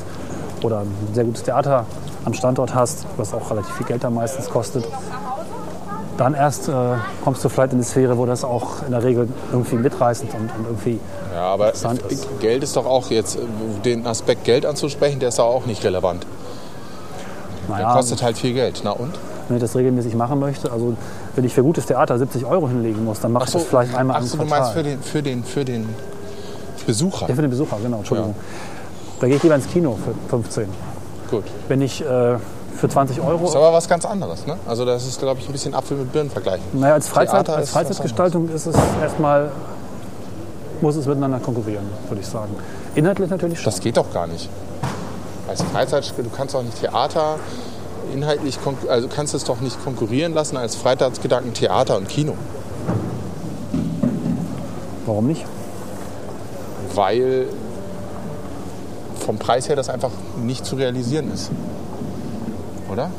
S2: oder ein sehr gutes Theater am Standort hast, was auch relativ viel Geld da meistens kostet, dann erst äh, kommst du vielleicht in die Sphäre, wo das auch in der Regel irgendwie mitreißend und, und irgendwie
S3: Ja, aber
S2: interessant ist.
S3: Geld ist doch auch jetzt, äh, den Aspekt Geld anzusprechen, der ist doch auch nicht relevant. Der
S2: naja,
S3: kostet halt viel Geld. Na und?
S2: wenn ich das regelmäßig machen möchte, also wenn ich für gutes Theater 70 Euro hinlegen muss, dann mache ich das vielleicht einmal
S3: Achso,
S2: im
S3: du
S2: Quartal.
S3: meinst für den, für den, für den Besucher.
S2: ja, für den Besucher, genau, Entschuldigung. Da gehe ich lieber ins Kino für 15.
S3: Gut.
S2: Wenn ich äh, für 20 Euro
S3: Ist aber was ganz anderes, ne? Also das ist, glaube ich, ein bisschen Apfel mit Birnen vergleichen.
S2: Naja, als, Freizeit,
S3: Theater
S2: als
S3: ist was
S2: Freizeitgestaltung ist es erstmal, muss es miteinander konkurrieren, würde ich sagen. Inhaltlich natürlich schon.
S3: Das geht doch gar nicht. Als Freizeitspiel, du kannst auch nicht Theater inhaltlich, konkur- also kannst es doch nicht konkurrieren lassen als Freitagsgedanken Theater und Kino.
S2: Warum nicht?
S3: weil vom Preis her das einfach nicht zu realisieren ist. Oder?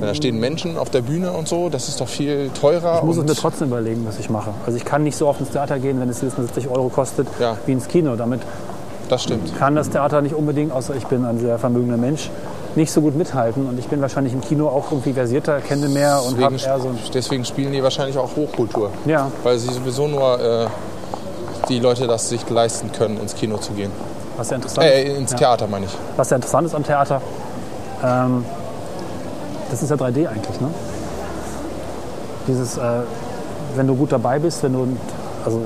S3: Da stehen Menschen auf der Bühne und so, das ist doch viel teurer.
S2: Ich muss es
S3: und
S2: mir trotzdem überlegen, was ich mache. Also ich kann nicht so oft ins Theater gehen, wenn es jetzt 70 Euro kostet,
S3: Ja.
S2: wie ins Kino. Damit
S3: das stimmt.
S2: kann das Theater nicht unbedingt, außer ich bin ein sehr vermögender Mensch, nicht so gut mithalten. Und ich bin wahrscheinlich im Kino auch irgendwie versierter, kenne mehr und habe
S3: Deswegen,
S2: eher so ein...
S3: deswegen spielen die wahrscheinlich auch Hochkultur.
S2: Ja,
S3: Weil sie sowieso nur äh, die Leute das sich leisten können, ins Kino zu gehen.
S2: was ja interessant ist.
S3: Äh, ins
S2: Ja.
S3: Theater meine ich.
S2: Was ja interessant ist am Theater, ähm, das ist ja 3D eigentlich, ne? Dieses, äh, wenn du gut dabei bist, wenn du also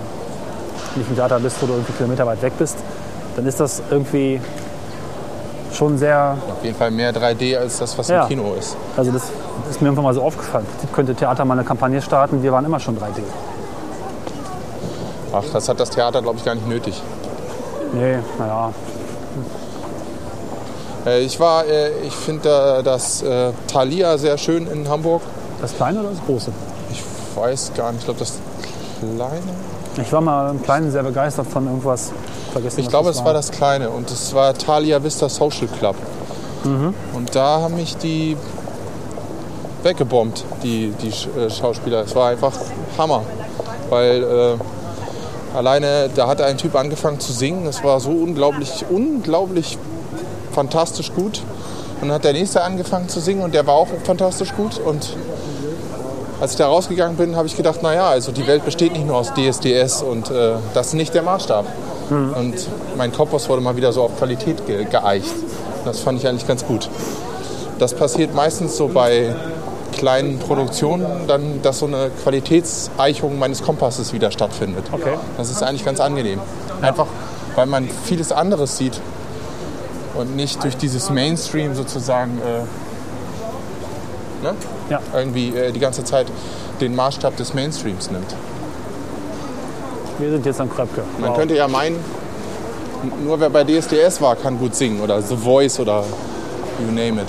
S2: nicht im Theater bist, wo du irgendwie Kilometer weit weg bist, dann ist das irgendwie schon sehr,
S3: Auf jeden Fall mehr 3D als das, was
S2: Ja.
S3: im Kino ist.
S2: also das ist mir einfach mal so aufgefallen. Im Prinzip könnte Theater mal eine Kampagne starten, wir waren immer schon 3D.
S3: Ach, das hat das Theater, glaube ich, gar nicht nötig.
S2: Nee, naja,
S3: Äh, Ich war, äh, ich finde äh, das äh, Thalia sehr schön in Hamburg.
S2: das Kleine oder das Große?
S3: Ich weiß gar nicht, ich glaube das Kleine.
S2: Ich war mal im Kleinen sehr begeistert von irgendwas. Vergessen,
S3: Ich
S2: was
S3: glaube, es war das Kleine und es war Thalia Vista Social Club. Und da haben mich die weggebombt, die, die Sch- äh, Schauspieler. Es war einfach Hammer, weil äh, alleine da hat ein Typ angefangen zu singen. Es war so unglaublich, unglaublich fantastisch gut. Und dann hat der nächste angefangen zu singen und der war auch fantastisch gut. Und als ich da rausgegangen bin, habe ich gedacht, naja, also die Welt besteht nicht nur aus DSDS und äh, das ist nicht der Maßstab. Und mein Kompass wurde mal wieder so auf Qualität ge geeicht. Das fand ich eigentlich ganz gut. Das passiert meistens so bei kleinen Produktionen, dann, dass so eine Qualitätseichung meines Kompasses wieder stattfindet.
S2: Okay.
S3: Das ist eigentlich ganz angenehm. Einfach, weil man vieles anderes sieht und nicht durch dieses Mainstream sozusagen äh, ne?
S2: Ja.
S3: irgendwie äh, die ganze Zeit den Maßstab des Mainstreams nimmt.
S2: Wir sind jetzt am Kröpke.
S3: Man könnte ja meinen, n- nur wer bei DSDS war, kann gut singen oder The Voice oder you name it.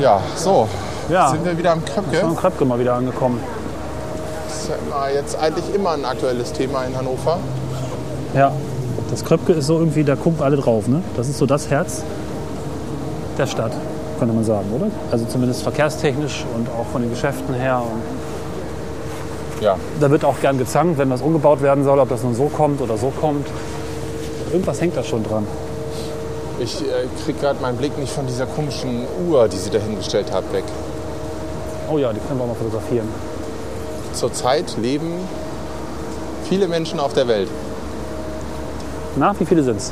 S3: Ja, so.
S2: ja,
S3: Sind wir wieder am Köpke?
S2: am Kröpke mal wieder angekommen.
S3: Das ist ja immer- jetzt eigentlich immer ein aktuelles Thema in Hannover.
S2: Ja, das Kröpke ist so irgendwie, da gucken alle drauf. Ne? Das ist so das Herz der Stadt, könnte man sagen, oder? Also zumindest verkehrstechnisch und auch von den Geschäften her. Und
S3: Ja,
S2: da wird auch gern gezankt, wenn was umgebaut werden soll, ob das nun so kommt oder so kommt. Irgendwas hängt da schon dran.
S3: ich äh, krieg gerade meinen Blick nicht von dieser komischen Uhr, die sie dahingestellt hat, weg.
S2: Oh ja, die können wir auch mal fotografieren.
S3: Zurzeit leben viele Menschen auf der Welt.
S2: Na, wie viele sind's?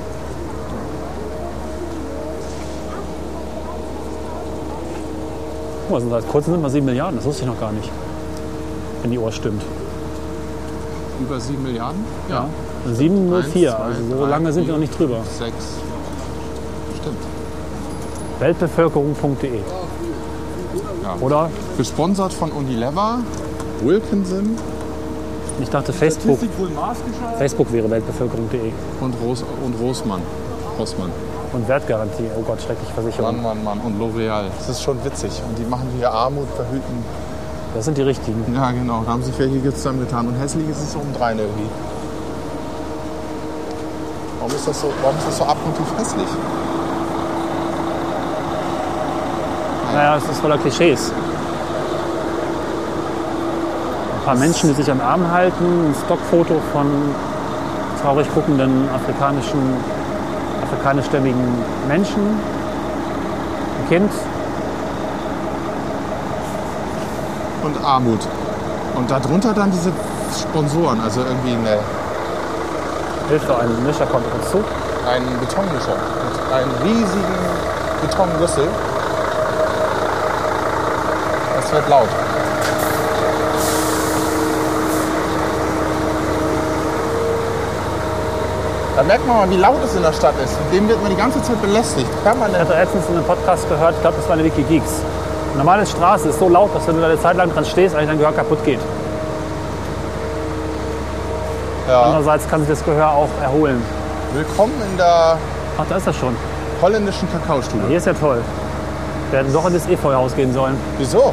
S2: Guck mal, sind seit kurzem sind wir 7 Milliarden, das wusste ich noch gar nicht. Wenn die Uhr stimmt.
S3: Über sieben Milliarden?
S2: Ja. 704,
S3: Eins, zwei,
S2: also so
S3: drei,
S2: lange sind wir
S3: vier.
S2: noch nicht drüber.
S3: Sechs. Stimmt.
S2: Weltbevölkerung.de.
S3: Ja.
S2: E. Oder?
S3: Gesponsert von Unilever, Wilkinson
S2: Ich dachte Facebook.
S4: wohl maßgeschneidert?
S2: Facebook wäre Weltbevölkerung.de.
S3: und, Ros und Rosmann. Rossmann.
S2: E. Und Wertgarantie. Oh Gott, schrecklich
S3: Mann,
S2: Versicherung.
S3: Mann, Mann. Und L'Oreal. Das ist schon witzig. Und die machen hier Armut, verhüten.
S2: Das sind die richtigen.
S3: Ja, genau. Da haben sich welche zusammengetan. Und hässlich ist es um obendrein irgendwie. Warum ist das so, warum ist das so abgrundtief hässlich?
S2: Naja, es ist voller Klischees. Ein paar Menschen, die sich am Arm halten, ein Stockfoto von traurig guckenden afrikanischen, afrikanischstämmigen Menschen, ein Kind.
S3: und Armut. Und darunter dann diese Sponsoren, also irgendwie eine,
S2: Hilfe, ein Mischer kommt auf uns zu.
S3: einen Betonmischer mit einem riesigen Betonrüssel. Das wird laut. Da merkt man mal, wie laut es in der Stadt ist. Mit dem wird man die ganze Zeit belästigt.
S2: Ich
S3: Permanent.
S2: hatte letztens in einem Podcast gehört, ich glaube, das war eine Wiki Geeks. Eine normale Straße ist so laut, dass wenn du da eine Zeit lang dran stehst, eigentlich dein Gehör kaputt geht.
S3: Ja.
S2: Andererseits kann sich das Gehör auch erholen.
S3: Willkommen in der
S2: Ach, da ist er schon.
S3: holländischen Kakaostube.
S2: Hier ist ja toll. Wir hätten doch in das Efeuhaus gehen sollen.
S3: Wieso?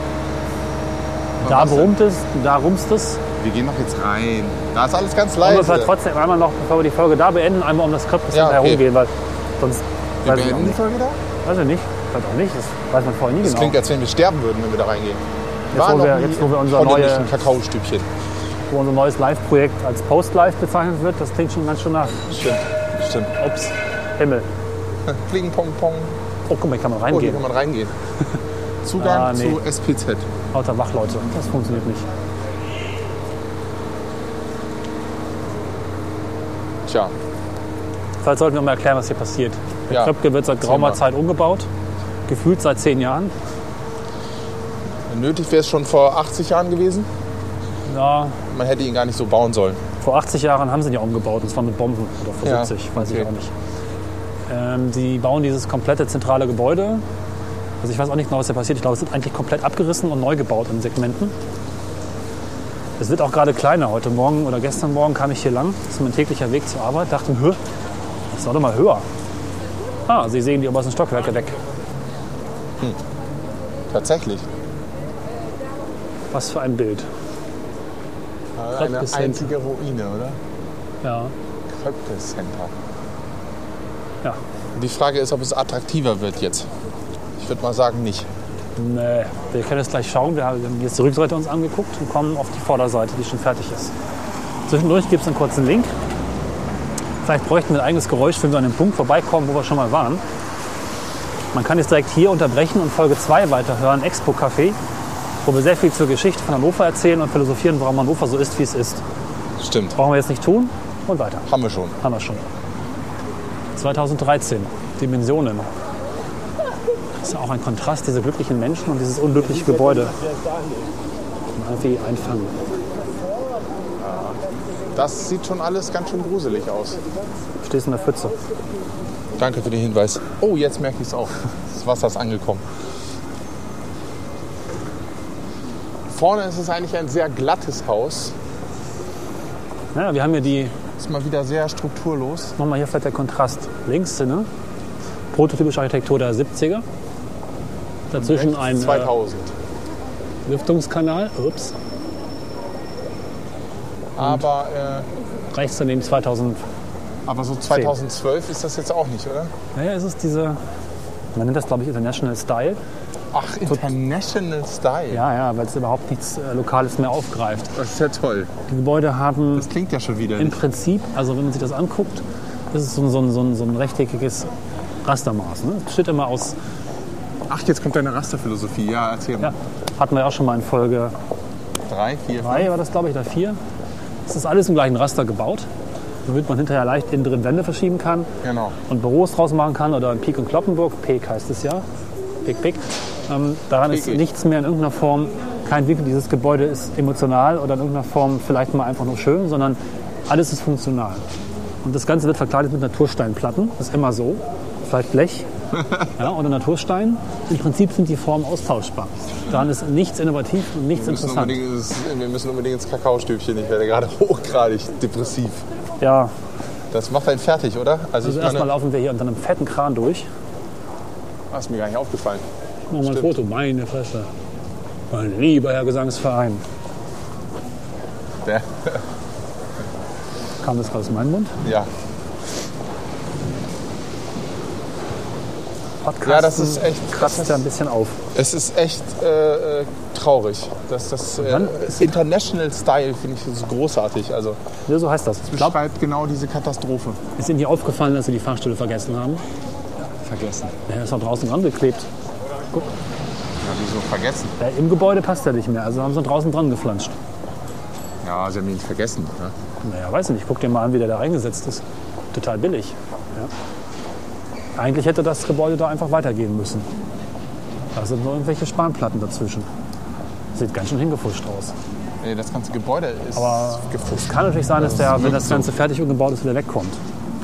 S2: Da
S3: Was denn?
S2: brummt es, da rumst es.
S3: Wir gehen doch jetzt rein. Da ist alles ganz
S2: Aber
S3: leise.
S2: wir halt werden trotzdem einmal noch, bevor wir die Folge da beenden, einmal um das Skript ein bisschen
S3: Also. Ja, okay.
S2: herumgehen, weil sonst
S3: Wir
S2: weiß ich auch
S3: beenden die
S2: nicht.
S3: Folge da?
S2: Weiß ich nicht, vielleicht auch nicht, das weiß man vorher nie
S3: Das
S2: genau.
S3: klingt, als wenn wir sterben würden, wenn wir da reingehen.
S2: Jetzt, wo wir- jetzt, wo wir unser neue-
S3: Kakaostübchen.
S2: Wo unser neues Live-Projekt als Post-Live bezeichnet wird, das klingt schon ganz schön nach
S3: Stimmt, stimmt.
S2: Ups, Himmel.
S3: Fliegen, Pong, Pong.
S2: Oh, guck mal, ich kann mal
S3: Oh, hier
S2: reingehen.
S3: kann man reingehen. Zugang
S2: Ah, nee.
S3: zu SPZ.
S2: Lauter Wachleute, das funktioniert nicht.
S3: Tja,
S2: Vielleicht sollten wir mal erklären, was hier passiert. Der
S3: Ja.
S2: Kröpke wird seit
S3: Erzähl
S2: geraumer
S3: mal.
S2: Zeit umgebaut, gefühlt seit zehn Jahren.
S3: nötig wäre es schon vor 80 Jahren gewesen.
S2: Ja,
S3: Man hätte ihn gar nicht so bauen sollen.
S2: Vor 80 Jahren haben sie ihn ja umgebaut, und zwar mit Bomben. Oder vor
S3: Ja,
S2: 70, weiß ich
S3: okay.
S2: auch nicht. Ähm, die bauen dieses komplette zentrale Gebäude. Also ich weiß auch nicht genau, was da passiert. Ich glaube, es wird eigentlich komplett abgerissen und neu gebaut in Segmenten. Es wird auch gerade kleiner. Heute Morgen oder gestern Morgen kam ich hier lang. Das ist mein täglicher Weg zur Arbeit. Dachte, hö, das war doch mal höher. Ah, Sie sehen die obersten Stockwerke weg.
S3: Tatsächlich.
S2: Was für ein Bild.
S3: Eine
S2: Kröpke Center.
S3: einzige Ruine, oder?
S2: Ja.
S3: Kröpke Center.
S2: Ja.
S3: Die Frage ist, ob es attraktiver wird jetzt. Ich würde mal sagen, nicht.
S2: Nee, äh, wir können jetzt gleich schauen. Wir haben jetzt die Rückseite uns angeguckt und kommen auf die Vorderseite, die schon fertig ist. Zwischendurch gibt es einen kurzen Link. Vielleicht bräuchten wir ein eigenes Geräusch, wenn wir an dem Punkt vorbeikommen, wo wir schon mal waren. Man kann jetzt direkt hier unterbrechen und Folge 2 weiterhören, Expo Café, wo wir sehr viel zur Geschichte von Hannover erzählen und philosophieren, warum Hannover so ist, wie es ist.
S3: Stimmt,
S2: Brauchen wir jetzt nicht tun und weiter.
S3: haben wir schon.
S2: Haben wir schon. 2013, Dimensionen. Das ist ja auch ein Kontrast, diese glücklichen Menschen und dieses unglückliche Gebäude. Mal Irgendwie einfangen.
S3: Das sieht schon alles ganz schön gruselig aus.
S2: Stehst in der Pfütze.
S3: Danke für den Hinweis. Oh, jetzt merke ich es auch. Das Wasser ist angekommen. Vorne ist es eigentlich ein sehr glattes Haus.
S2: Naja, wir haben hier die,
S3: Ist mal wieder sehr strukturlos.
S2: nochmal hier vielleicht der Kontrast. Links, ne? Prototypische Architektur der 70er. Dazwischen ein äh,
S3: 2000.
S2: Lüftungskanal. Ups.
S3: Aber, äh,
S2: Rechts daneben 2000.
S3: aber so 2012 ist das jetzt auch nicht, oder?
S2: Naja, es ist diese, man nennt das glaube ich International Style.
S3: Ach, International Style.
S2: Ja, ja, weil es überhaupt nichts äh, Lokales mehr aufgreift.
S3: Das ist ja toll.
S2: Die Gebäude haben
S3: Das klingt ja schon wieder.
S2: Im Prinzip, also wenn man sich das anguckt, ist es so ein, so ein, so ein, so ein rechteckiges Rastermaß. Ne? Es besteht immer aus,
S3: Ach, jetzt kommt deine Rasterphilosophie. Ja, erzähl
S2: ja, hatten wir ja auch schon mal in Folge
S3: Drei, vier, fünf.
S2: 3, war das glaube ich, oder 4. Es ist alles im gleichen Raster gebaut, damit man hinterher leicht innen drin Wände verschieben kann
S3: Genau.
S2: und Büros draus machen kann oder in Peak und Kloppenburg, Peak heißt es ja, Peak, Peak. Ähm, daran ist
S3: Peak.
S2: nichts mehr in irgendeiner Form, kein Weg, dieses Gebäude ist emotional oder in irgendeiner Form vielleicht mal einfach nur schön, sondern alles ist funktional. Und das Ganze wird verkleidet mit Natursteinplatten, das ist immer so, vielleicht Blech, Ja, oder Naturstein. Im Prinzip sind die Formen austauschbar. Daran ist nichts innovativ und nichts
S3: Wir müssen,
S2: interessant.
S3: unbedingt, ins- wir müssen unbedingt ins Kakaostübchen. Ich werde gerade hochgradig depressiv.
S2: Ja,
S3: Das macht einen fertig, oder? Also,
S2: also
S3: ich
S2: erstmal
S3: meine,
S2: laufen wir hier unter einem fetten Kran durch.
S3: ah, ist mir gar nicht aufgefallen.
S2: Nochmal ein Foto, meine Fresse. Mein lieber Herr Gesangsverein.
S3: Ja.
S2: Kam das gerade aus meinem Mund?
S3: ja.
S2: Podcast
S3: Ja, das ist echt-
S2: kratzt
S3: das ist-
S2: ja ein bisschen auf.
S3: Es ist echt äh, äh, traurig. Das, das äh,
S2: Dann
S3: International Style finde ich so großartig. Also
S2: Ja, so heißt das. Ich glaube,
S3: beschreibt genau diese Katastrophe.
S2: ist Ihnen hier aufgefallen, dass Sie die Fahrstühle vergessen haben?
S3: Vergessen.
S2: Der ist auch draußen dran geklebt.
S3: Ja, wieso vergessen?
S2: Ja, Im Gebäude passt der nicht mehr, also haben sie draußen dran geflanscht.
S3: Ja, sie haben ihn vergessen. Ne?
S2: Naja, weiß nicht, guck dir mal an, wie der da reingesetzt ist. Total billig. Ja. Eigentlich hätte das Gebäude da einfach weitergehen müssen. Da sind nur irgendwelche Spanplatten dazwischen. Sieht ganz schön hingefuscht aus.
S3: Nee, das ganze Gebäude ist
S2: Aber
S3: gefuscht.
S2: Kann natürlich sein, dass der, wenn das
S3: so.
S2: Ganze fertig umgebaut ist, wieder wegkommt.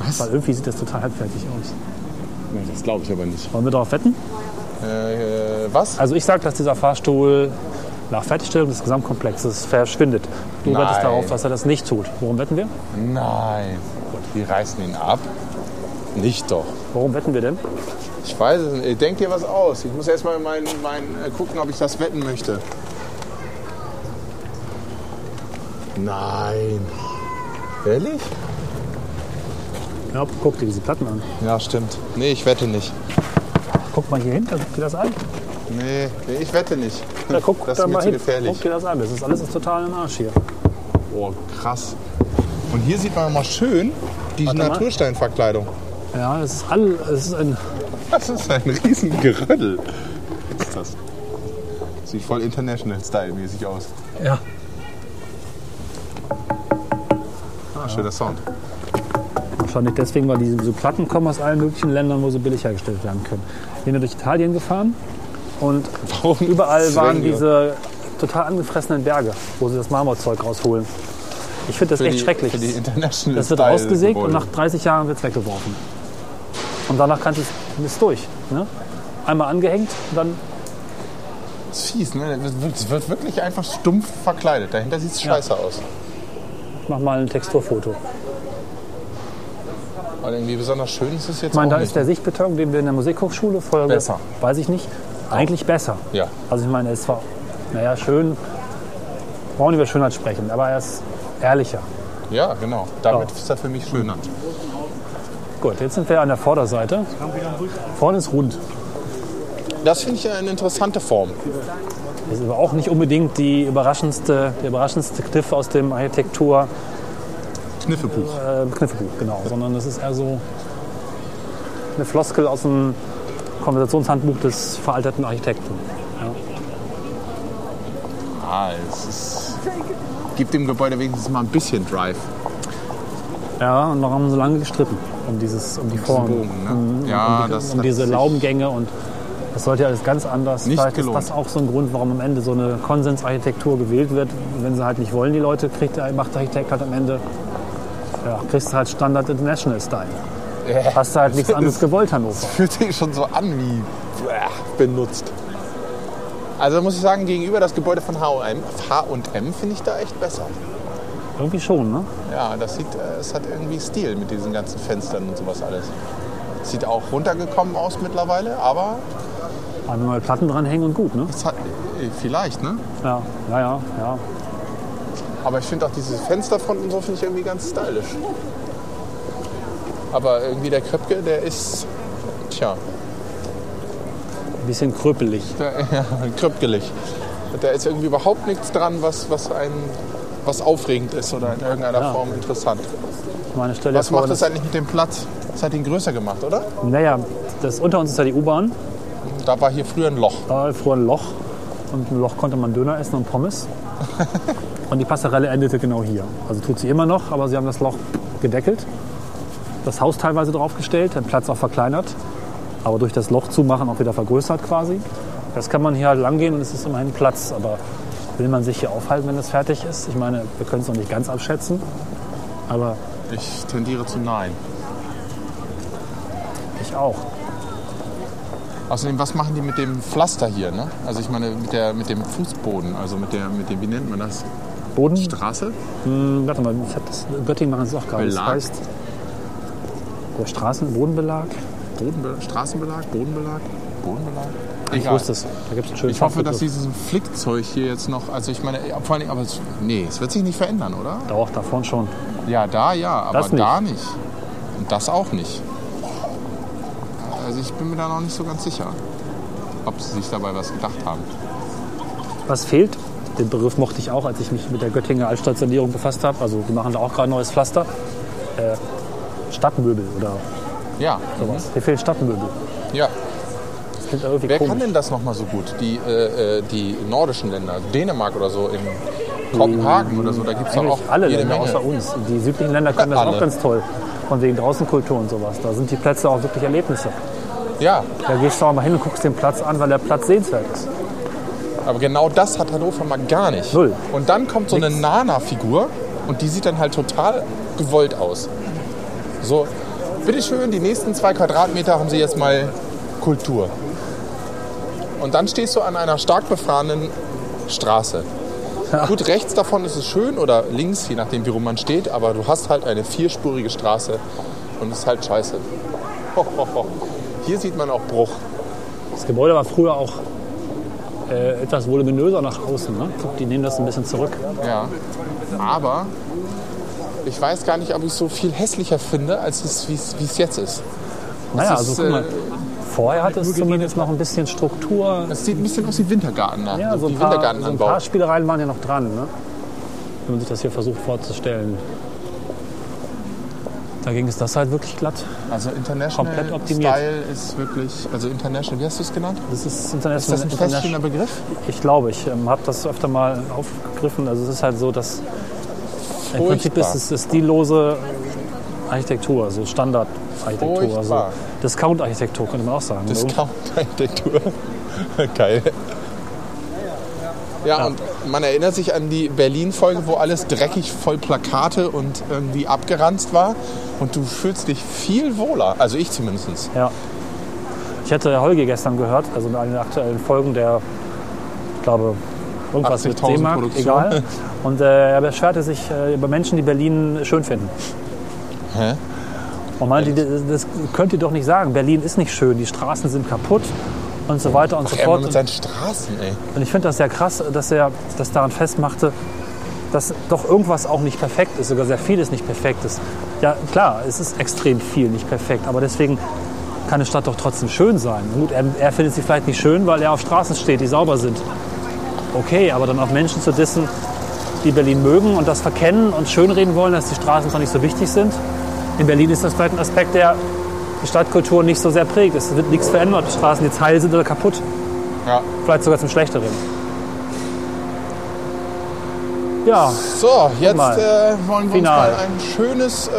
S3: Was?
S2: Weil irgendwie sieht das total halbfertig aus.
S3: Nee, das glaube ich aber nicht.
S2: Wollen wir darauf wetten?
S3: Äh, äh, was?
S2: Also ich sage, dass dieser Fahrstuhl nach Fertigstellung des Gesamtkomplexes verschwindet. Du
S3: Nein.
S2: wettest darauf, dass er das nicht tut. Worum wetten wir?
S3: Nein. Die reißen ihn ab. Nicht doch.
S2: Worum wetten wir denn?
S3: Ich weiß es nicht. Denkt dir was aus. Ich muss erstmal mein, mein, äh, gucken, ob ich das wetten möchte. Nein. Ehrlich?
S2: Ja, guck dir diese Platten an.
S3: Ja, stimmt. Nee, ich wette nicht.
S2: Guck mal hier hinter, guck dir das an.
S3: Nee, nee ich wette nicht.
S2: Da guck
S3: das
S2: da
S3: ist mir
S2: mal
S3: zu
S2: hin.
S3: gefährlich.
S2: Guck dir das an. Das ist alles ist total im Arsch hier.
S3: Oh, krass. Und hier sieht man mal schön die
S2: mal.
S3: Natursteinverkleidung.
S2: Ja, es ist all, es ist ein,
S3: Das ist ein riesen Gerödel. Was ist das? Sieht voll international style-mäßig aus.
S2: ja,
S3: Ah, schöner Sound.
S2: wahrscheinlich deswegen, weil diese so Platten kommen aus allen möglichen Ländern, wo sie billig hergestellt werden können. Ich bin ja durch Italien gefahren und
S3: Warum
S2: überall waren
S3: zwingen wir?
S2: diese total angefressenen Berge, wo sie das Marmorzeug rausholen. Ich finde das
S3: Für
S2: echt
S3: die-
S2: schrecklich.
S3: Für die international
S2: Das wird
S3: Style
S2: ausgesägt und
S3: Gebäude.
S2: nach 30 Jahren wird es weggeworfen. Und danach kannst du es ist durch. Ne? Einmal angehängt, dann
S3: Das ist fies, ne? Das wird- das wird wirklich einfach stumpf verkleidet. Dahinter sieht es scheiße aus.
S2: mach mal ein Texturfoto.
S3: Und irgendwie besonders schön ist es jetzt
S2: Ich meine,
S3: auch
S2: da
S3: nicht.
S2: ist der Sichtbeton, den wir in der Musikhochschule vorher...
S3: Besser.
S2: Weiß ich nicht. Eigentlich besser.
S3: Ja.
S2: Also ich meine, er ist zwar, naja, schön, brauchen wir über Schönheit sprechen, aber er ist ehrlicher.
S3: ja, genau. Damit
S2: Ja.
S3: ist er für mich schöner.
S2: Gut, jetzt sind wir an der Vorderseite. Vorne ist rund.
S3: Das finde ich eine interessante Form.
S2: Das ist aber auch nicht unbedingt die überraschendste, der überraschendste Kniff aus dem Architektur
S3: Kniffebuch.
S2: äh, Kniffebuch, genau, sondern das ist eher so eine Floskel aus dem Konversationshandbuch des veralteten Architekten.
S3: Ah, es ist, gibt dem Gebäude wenigstens mal ein bisschen Drive.
S2: Ja, und noch haben sie lange gestritten um dieses, um die Form,
S3: Bogen, ne? Ja,
S2: um,
S3: das
S2: um
S3: hat
S2: diese
S3: sich-
S2: Laubengänge und das sollte ja alles ganz anders.
S3: Nicht
S2: Vielleicht
S3: gelungen.
S2: ist das auch so ein Grund, warum am Ende so eine Konsensarchitektur gewählt wird. Wenn sie halt nicht wollen, die Leute, kriegt der, macht der Architekt halt am Ende, ja, kriegst du halt Standard International Style. Hast du halt nichts anderes gewollt, Hannover.
S3: fühlt sich schon so an wie bäh, benutzt. Also muss ich sagen, gegenüber das Gebäude von H&M H&M finde ich da echt besser.
S2: Irgendwie schon, ne?
S3: Ja, das sieht, äh, es hat irgendwie Stil mit diesen ganzen Fenstern und sowas alles. Sieht auch runtergekommen aus mittlerweile, aber
S2: Haben wir mal Platten dranhängen und gut, ne?
S3: es hat äh, vielleicht, ne?
S2: Ja, ja, ja, ja.
S3: Aber ich finde auch diese Fensterfronten so finde ich irgendwie ganz stylisch. Aber irgendwie der Köpke, der ist tja,
S2: Ein bisschen kröpelig.
S3: der, ja, kröpkelig. Da ist irgendwie überhaupt nichts dran, was was einen was aufregend ist oder in irgendeiner
S2: Ja.
S3: Form interessant.
S2: Ich meine, stell dir
S3: Was
S2: vor,
S3: macht das
S2: dass-
S3: eigentlich mit dem Platz? Das hat ihn größer gemacht, oder?
S2: Naja, das unter uns ist ja die U-Bahn.
S3: Da war hier früher ein Loch.
S2: Da fror ein Loch und im Loch konnte man Döner essen und Pommes. und die Passerelle endete genau hier. Also tut sie immer noch, aber sie haben das Loch gedeckelt, das Haus teilweise draufgestellt, den Platz auch verkleinert, aber durch das Loch zumachen auch wieder vergrößert quasi. Das kann man hier halt lang gehen und es ist immerhin Platz, aber will man sich hier aufhalten, wenn das fertig ist? Ich meine, wir können es noch nicht ganz abschätzen, aber
S3: Ich tendiere zu nein.
S2: ich auch.
S3: Außerdem, was machen die mit dem Pflaster hier? Ne? Also ich meine, mit, der, mit dem Fußboden, also mit der, mit dem, wie nennt man das?
S2: Boden?
S3: Straße?
S2: Hm, warte mal, ich hab das, in Göttingen machen sie es auch gerade. Das
S3: Belag?
S2: heißt, der Straßenbodenbelag?
S3: Bodenbe Straßenbelag? Bodenbelag? Bodenbelag?
S2: Ich wusste es. Da gibt es einen schönen
S3: Ich hoffe,
S2: Fachbegriff.
S3: dass dieses Flickzeug hier jetzt noch, also ich meine, vor allen Dingen, aber es, nee, es wird sich nicht verändern, oder?
S2: Doch, da vorne schon.
S3: Ja, da ja, aber
S2: Das nicht.
S3: da nicht. Und das auch nicht. Also ich bin mir da noch nicht so ganz sicher, ob sie sich dabei was gedacht haben.
S2: Was fehlt? Den Begriff mochte ich auch, als ich mich mit der Göttinger Altstadtsanierung befasst habe. Also die machen da auch gerade neues Pflaster. Äh, Stadtmöbel oder
S3: Ja,
S2: sowas. Hier fehlen Stadtmöbel.
S3: ja.
S2: Das klingt irgendwie
S3: Mhm. Wer kann
S2: komisch.
S3: denn das noch mal so gut? Die, äh, äh, die nordischen Länder, Dänemark oder so, in Kopenhagen oder so, da gibt es doch auch
S2: Eigentlich alle
S3: jede
S2: Länder
S3: Menge.
S2: außer uns. Die südlichen Länder können das
S3: Alle.
S2: auch ganz toll. Von wegen Draußenkultur und sowas. Da sind die Plätze auch wirklich Erlebnisse.
S3: Ja,
S2: Da gehst du auch mal hin und guckst den Platz an, weil der Platz sehenswert ist.
S3: aber genau das hat Hannover mal gar nicht.
S2: Null.
S3: Und dann kommt so eine
S2: Nix.
S3: Nana-Figur und die sieht dann halt total gewollt aus. So, bitteschön, die nächsten zwei Quadratmeter haben sie jetzt mal Kultur. Und dann stehst du an einer stark befahrenen Straße. Gut, rechts davon ist es schön oder links, je nachdem, wie rum man steht, aber du hast halt eine vierspurige Straße und es ist halt scheiße. Ho, ho, ho. Hier sieht man auch Bruch.
S2: Das Gebäude war früher auch äh, etwas voluminöser nach außen. Ne? Guck, die nehmen das ein bisschen zurück.
S3: Ja. Aber ich weiß gar nicht, ob ich es so viel hässlicher finde, als es, wie es wie es jetzt ist.
S2: Naja,
S3: ist,
S2: also guck mal.
S3: äh,
S2: Vorher hatte es zumindest noch ein bisschen Struktur.
S3: Es sieht ein bisschen aus wie Wintergarten. nach-
S2: Ja, so
S3: wie
S2: ein, paar, so ein
S3: Wintergartenanbau.
S2: paar Spielereien waren ja noch dran, ne? wenn man sich das hier versucht vorzustellen. Da ging es das halt wirklich glatt.
S3: also International
S2: komplett optimiert.
S3: Style ist wirklich, also International, wie hast du es genannt?
S2: Das ist
S3: Ist das
S2: international.
S3: ein
S2: international
S3: feststehender Begriff?
S2: ich glaube, ich ähm, habe das öfter mal aufgegriffen. Also es ist halt so, dass im Prinzip ist es ist stillose Architektur, so Standardarchitektur. Also
S3: Furchtbar.
S2: Discount-Architektur könnte man auch sagen. ne? Um
S3: Discount-Architektur. Geil. Ja, und man erinnert sich an die Berlin-Folge, wo alles dreckig voll Plakate und irgendwie abgeranzt war. Und du fühlst dich viel wohler. Also ich zumindest.
S2: Ja. Ich hätte Holgi gestern gehört, also in einer der aktuellen Folgen der, ich glaube, irgendwas mit
S3: 80.000
S2: D-Mark,
S3: Produktion.
S2: egal. Und äh, er beschwerte sich äh, über Menschen, die Berlin schön finden.
S3: Hä?
S2: Und meinte, das, das könnt ihr doch nicht sagen. Berlin ist nicht schön, die Straßen sind kaputt und so weiter und so
S3: Ach, immer
S2: fort.
S3: mit
S2: Und,
S3: seinen Straßen, ey.
S2: und ich finde das sehr krass, dass er das daran festmachte, dass doch irgendwas auch nicht perfekt ist, sogar sehr vieles nicht perfekt ist. Ja, klar, es ist extrem viel nicht perfekt, aber deswegen kann eine Stadt doch trotzdem schön sein. Gut, er, er findet sie vielleicht nicht schön, weil er auf Straßen steht, die sauber sind. Okay, aber dann auch Menschen zu dissen, die Berlin mögen und das verkennen und schönreden wollen, dass die Straßen doch nicht so wichtig sind. In Berlin ist das vielleicht ein Aspekt, der die Stadtkultur nicht so sehr prägt. Es wird nichts verändert, die Straßen jetzt heil sind oder kaputt.
S3: Ja.
S2: Vielleicht sogar zum Schlechteren. Ja,
S3: So, jetzt
S2: mal.
S3: äh, wollen wir
S2: Final.
S3: uns mal ein schönes. Äh,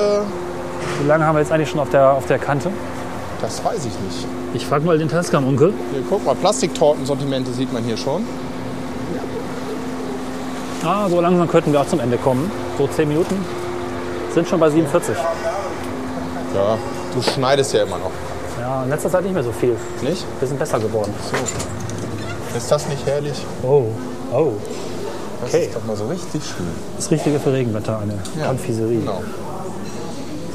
S2: wie lange haben wir jetzt eigentlich schon auf der, auf der Kante?
S3: das weiß ich nicht.
S2: Ich frage mal den Tascam-Onkel.
S3: Hier, guck mal, Plastiktortensortimente sieht man hier schon.
S2: Ah, so langsam könnten wir auch zum Ende kommen. So 10 Minuten. Sind schon bei 47.
S3: Ja. Du schneidest ja immer noch,
S2: Ja, in letzter Zeit nicht mehr so viel.
S3: nicht?
S2: Wir sind besser geworden.
S3: Ist das nicht herrlich?
S2: Oh, oh.
S3: Das
S2: Okay.
S3: ist doch mal so richtig schön.
S2: Das Richtige für Regenwetter, eine Konfiserie.
S3: Genau.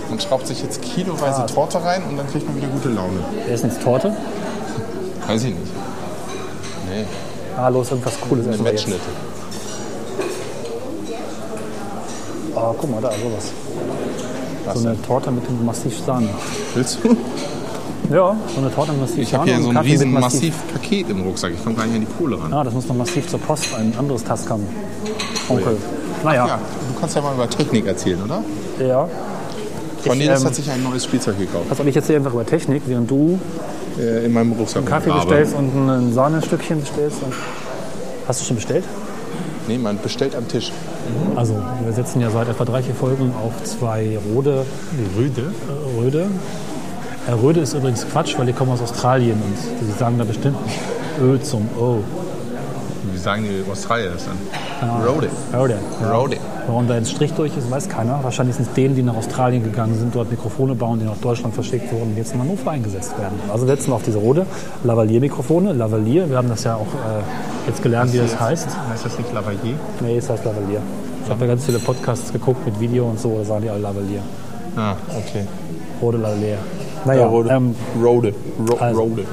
S3: Man schraubt sich jetzt kiloweise Torte rein und dann kriegt man wieder gute Laune.
S2: Erstens Torte.
S3: Weiß ich nicht. Nee,
S2: Ah, los, irgendwas Cooles
S3: eine
S2: essen wir jetzt.
S3: Wettschnitte.
S2: Oh, guck mal da, sowas.
S3: Was
S2: So
S3: denn?
S2: eine Torte mit dem Massiv Sahne.
S3: Willst du?
S2: Ja, so eine Torte mit Massiv
S3: Ich
S2: Sahne.
S3: habe hier
S2: und
S3: so ein
S2: Kaffee mit
S3: riesen
S2: Massiv.
S3: massiv Paket im Rucksack. Ich komme gar nicht an die Kohle ran.
S2: Ah, das muss noch massiv zur Post, ein anderes Tascam. Onkel.
S3: Ja,
S2: Naja,
S3: du kannst ja mal über Technik erzählen, oder?
S2: ja.
S3: Cornelis
S2: ähm,
S3: hat sich ein neues Spielzeug gekauft.
S2: Pass auf, ich erzähle einfach über Technik, während du
S3: Äh, in meinem Rucksack.
S2: Kaffee
S3: Aber-
S2: bestellst und ein Sahnestückchen bestellst. Und Hast du schon bestellt?
S3: Nee, man bestellt am Tisch.
S2: Also, wir sitzen ja seit etwa drei, vier Folgen auf zwei Rode. Röde? Röde. Äh, Röde ist übrigens Quatsch, weil die kommen aus Australien und die sagen da bestimmt Öl zum O.
S3: Wie sagen die Australier das dann?
S2: Ah.
S3: Roadie.
S2: Roadie.
S3: Roadie.
S2: Warum da jetzt Strich durch ist, weiß keiner. Wahrscheinlich sind es denen, die nach Australien gegangen sind, dort Mikrofone bauen, die nach Deutschland verschickt wurden und jetzt in Hannover eingesetzt werden. Also setzen wir auf diese Rode Lavalier-Mikrofone. Lavalier, wir haben das ja auch äh, jetzt gelernt, wie das heißt.
S3: Heißt das nicht Lavalier?
S2: Nee, es heißt Lavalier. Ich habe ja ganz viele Podcasts geguckt mit Video und so, da sagen die alle Lavalier.
S3: Ah, okay.
S2: Rode Lavalier. Naja,
S3: Rode.
S2: ähm,
S3: Rode. Ro
S2: Also.
S3: Rode.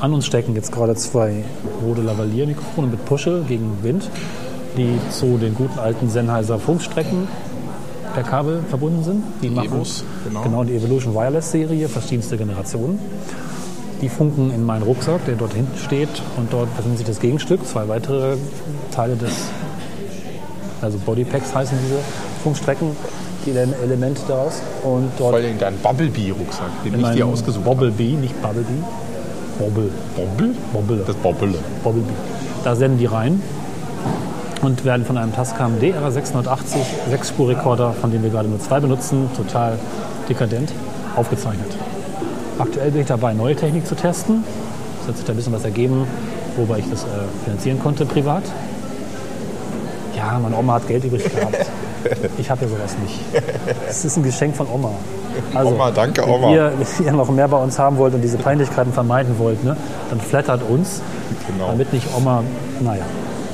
S2: an uns stecken jetzt gerade zwei Rode Lavalier-Mikrofone mit Puschel gegen Wind, die zu den guten alten Sennheiser Funkstrecken per Kabel verbunden sind. Die, machen-
S3: Evos, genau.
S2: genau, die Evolution Wireless Serie, verschiedenste Generationen. Die funken in meinen Rucksack, der dort hinten steht und dort befindet sich das Gegenstück, zwei weitere Teile des, also Bodypacks heißen diese Funkstrecken, die Elemente daraus und dort
S3: Vor allem dein Bubblebee-Rucksack, den ich
S2: mein
S3: dir ausgesucht habe.
S2: Bobblebee, nicht Bubblebee. Bobble.
S3: Bobble?
S2: Bobble.
S3: Das Bobble.
S2: Bobblebee. Da senden die rein und werden von einem Tascam DR680 6-Spur-Rekorder, von dem wir gerade nur zwei benutzen, total dekadent, aufgezeichnet. Aktuell bin ich dabei, neue Technik zu testen. Es hat sich da ein bisschen was ergeben, wobei ich das äh, finanzieren konnte privat. Ja, meine Oma hat Geld übrig gehabt. Ich habe ja sowas nicht. Es ist ein Geschenk von Oma. Also,
S3: Oma, danke,
S2: wenn
S3: Oma.
S2: Ihr, wenn ihr noch mehr bei uns haben wollt und diese Peinlichkeiten vermeiden wollt, ne, dann flattert uns.
S3: Genau.
S2: Damit nicht Oma, naja.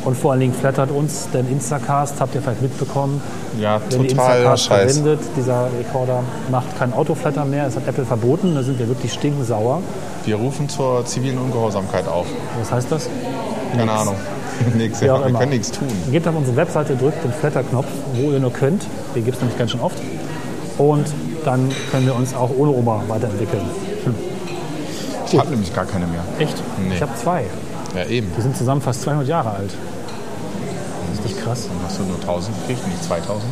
S2: Und vor allen Dingen flattert uns, denn Instacast habt ihr vielleicht mitbekommen.
S3: Ja,
S2: Wenn die
S3: total
S2: Instacast
S3: scheiße.
S2: verwendet, dieser Rekorder macht kein Autoflatter mehr. Das hat Apple verboten. Da sind wir wirklich stinksauer.
S3: Wir rufen zur zivilen Ungehorsamkeit auf.
S2: Was heißt das?
S3: Keine Ahnung. Nix,
S2: Wie auch
S3: ja. Wir
S2: immer.
S3: können nichts tun.
S2: Geht auf unsere Webseite, drückt den Flatterknopf, wo ihr nur könnt. Den gibt es nämlich ganz schön oft. Und dann können wir uns auch ohne Oma weiterentwickeln. Hm,
S3: Ich habe nämlich gar keine mehr.
S2: Echt?
S3: Nee.
S2: Ich habe zwei.
S3: Ja, eben.
S2: Die sind zusammen fast 200 Jahre alt. Ist nicht krass.
S3: Dann hast du nur 1000 gekriegt, nicht 2000.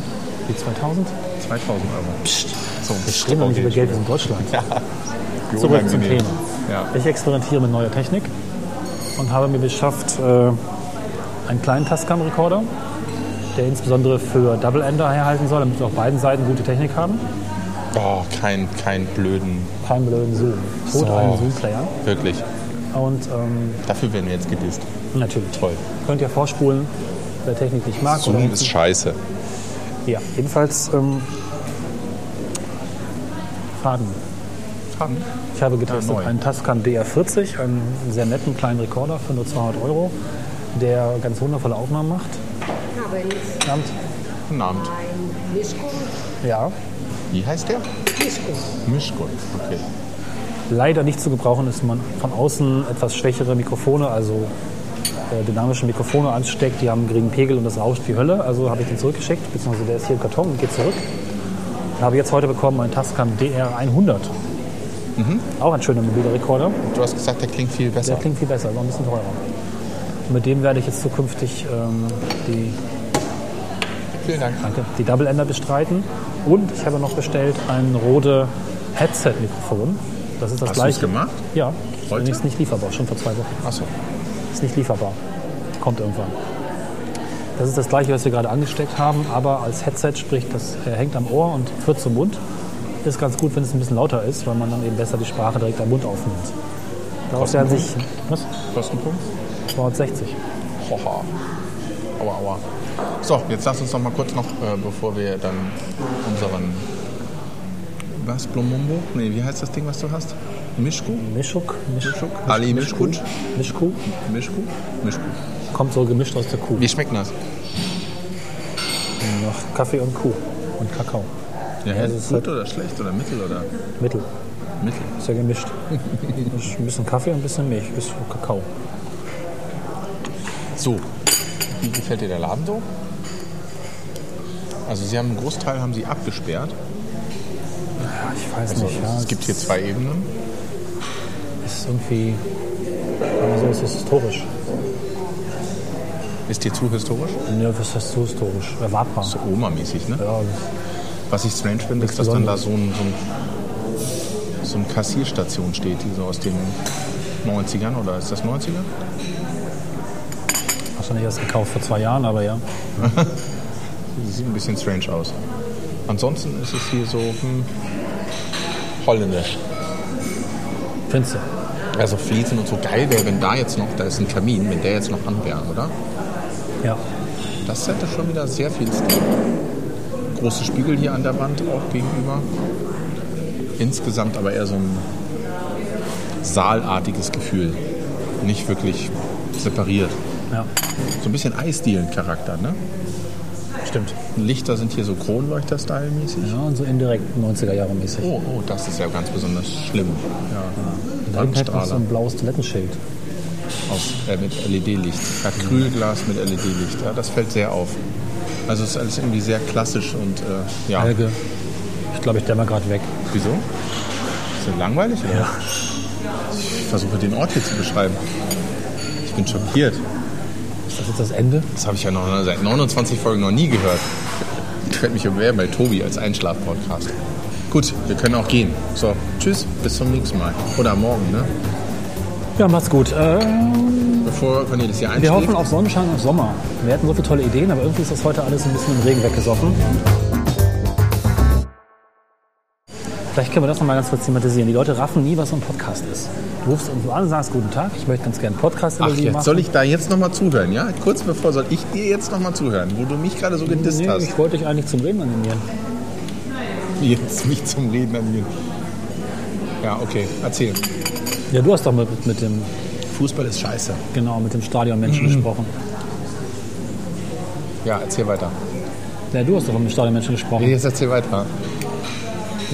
S2: Die 2000?
S3: 2000 Euro. Psst. So,
S2: Ich rede noch nicht über Geld, wir sind in Deutschland.
S3: Wie
S2: Zurück zum
S3: unangenehm.
S2: Thema.
S3: Ja.
S2: Ich experimentiere mit neuer Technik und habe mir beschafft äh, einen kleinen Tascam-Rekorder, der insbesondere für Double-Ender herhalten soll, damit wir auf beiden Seiten gute Technik haben.
S3: Oh, kein, kein blöden.
S2: Kein blöden Zoom. Tot
S3: So.
S2: einen Zoom-Player.
S3: Wirklich.
S2: Und ähm,
S3: Dafür werden wir jetzt gedisst.
S2: natürlich.
S3: Toll.
S2: Könnt ihr vorspulen, wer Technik nicht mag. oder-
S3: Zoom ist scheiße.
S2: ja, jedenfalls ähm, Faden.
S3: Faden?
S2: Ich habe getestet
S3: neu.
S2: einen Tascam DR40, einen sehr netten kleinen Rekorder für nur 200 Euro, der ganz wundervolle Aufnahmen macht. Verdammt.
S3: Guten Abend.
S2: Ja,
S3: Wie heißt der? Mischgott. Okay.
S2: leider nicht zu gebrauchen ist, wenn man von außen etwas schwächere Mikrofone, also äh, dynamische Mikrofone ansteckt. Die haben einen geringen Pegel und das rauscht wie Hölle. Also habe ich den zurückgeschickt, beziehungsweise der ist hier im Karton und geht zurück. Und habe jetzt heute bekommen einen Tascam DR100. Auch ein schöner mobiler Rekorder.
S3: Du hast gesagt, der klingt viel
S2: Der
S3: besser.
S2: klingt viel besser, aber ein bisschen teurer. Und mit dem werde ich jetzt zukünftig ähm, die
S3: Vielen Dank.
S2: Danke. Die Double Ender bestreiten. Und ich habe noch bestellt ein Rode Headset-Mikrofon. Das ist das
S3: Hast
S2: gleiche.
S3: du's gemacht?
S2: Ja.
S3: Heute?
S2: Ist nicht lieferbar, schon vor zwei Wochen.
S3: Achso.
S2: Ist nicht lieferbar. Kommt irgendwann. Das ist das gleiche, was wir gerade angesteckt haben, aber als Headset, sprich, das äh, hängt am Ohr und führt zum Mund. Ist ganz gut, wenn es ein bisschen lauter ist, weil man dann eben besser die Sprache direkt am Mund aufnimmt. Daraus werden sich. Was?
S3: Kostenpunkt?
S2: 260.
S3: Hoha. Aua, aua. So, jetzt lass uns noch mal kurz noch, äh, bevor wir dann unseren. Was? Blomombo? Nee, wie heißt das Ding, was du hast? Mischku?
S2: Mischuk? Mischuk?
S3: Ali Mischkut?
S2: Mischku?
S3: Mischku? Mischku.
S2: Kommt so gemischt aus der Kuh.
S3: Wie schmeckt das?
S2: Noch Kaffee und Kuh und Kakao.
S3: Ja,
S2: es
S3: ist
S2: ist halt
S3: es gut oder schlecht oder mittel oder
S2: Mittel.
S3: mittel?
S2: Ist ja gemischt. Ist ein bisschen Kaffee und ein bisschen Milch. Ist Kakao.
S3: So, wie gefällt dir der Laden so? Also sie haben einen Großteil haben sie abgesperrt.
S2: Ja, ich weiß
S3: Also
S2: nicht.
S3: es,
S2: Ja,
S3: gibt hier zwei Ebenen.
S2: Ist irgendwie. Aber so ist es historisch.
S3: Ist dir zu historisch?
S2: Ne, was heißt so historisch? Erwartbar.
S3: So Oma-mäßig, ne?
S2: Ja,
S3: Was ich strange finde, ist, dass dann da so ein, so, ein, so ein Kassierstation steht, die so aus den 90ern oder ist das 90er?
S2: wahrscheinlich erst gekauft vor zwei Jahren, aber ja.
S3: Die sieht ein bisschen strange aus. Ansonsten ist es hier so hm, holländisch.
S2: Findest du?
S3: Also Fliesen und so geil wäre, wenn da jetzt noch, da ist ein Kamin, wenn der jetzt noch an wäre, oder?
S2: Ja.
S3: Das hätte schon wieder sehr viel Stil. Große Spiegel hier an der Wand auch gegenüber. Insgesamt aber eher so ein saalartiges Gefühl. Nicht wirklich separiert.
S2: Ja.
S3: So ein bisschen Eisdielen-Charakter, ne?
S2: Stimmt.
S3: Lichter sind hier so Kronleuchter-Style-mäßig.
S2: Ja, und so indirekt 90er Jahre mäßig.
S3: Oh, oh, das ist ja ganz besonders schlimm. Ja.
S2: da hinten hätten wir halt so
S3: Wandstrahler
S2: ein blaues Toilettenschild.
S3: aus, äh, mit LED-Licht. Acrylglas mit LED-Licht. Ja, das fällt sehr auf. Also es ist alles irgendwie sehr klassisch und äh, ja.
S2: Helge, ich glaube, ich dämmer gerade weg.
S3: Wieso? Ist das langweilig? Oder? Ja. Ich versuche den Ort hier zu beschreiben. Ich bin schockiert.
S2: Ist das jetzt das Ende?
S3: Das habe ich ja noch seit 29 Folgen noch nie gehört. Ich könnte mich bewerben bei Tobi als Einschlaf-Podcast. Gut, wir können auch gehen. So, tschüss, bis zum nächsten Mal. Oder morgen, ne?
S2: Ja, macht's gut. Ähm,
S3: Bevor Cornelis hier
S2: wir
S3: einschläft.
S2: hoffen auf Sonnenschein und Sommer. Wir hatten so viele tolle Ideen, aber irgendwie ist das heute alles ein bisschen im Regen weggesoffen. Vielleicht können wir das nochmal ganz kurz thematisieren. Die Leute raffen nie, was so ein Podcast ist. Du rufst irgendwo an, sagst guten Tag, ich möchte ganz gerne einen Podcast über
S3: Ach,
S2: Sie machen.
S3: jetzt soll ich da jetzt nochmal zuhören, ja? Kurz bevor soll ich dir jetzt nochmal zuhören, wo du mich gerade so gedisst
S2: nee,
S3: hast.
S2: ich wollte dich eigentlich zum Reden animieren.
S3: Jetzt mich zum Reden animieren. Ja, okay, erzähl.
S2: Ja, du hast doch mit, mit dem,
S3: Fußball ist scheiße.
S2: genau, mit dem Stadionmenschen gesprochen.
S3: Ja, erzähl weiter.
S2: Ja, du hast doch mit dem Stadionmenschen gesprochen.
S3: Nee, Jetzt erzähl weiter.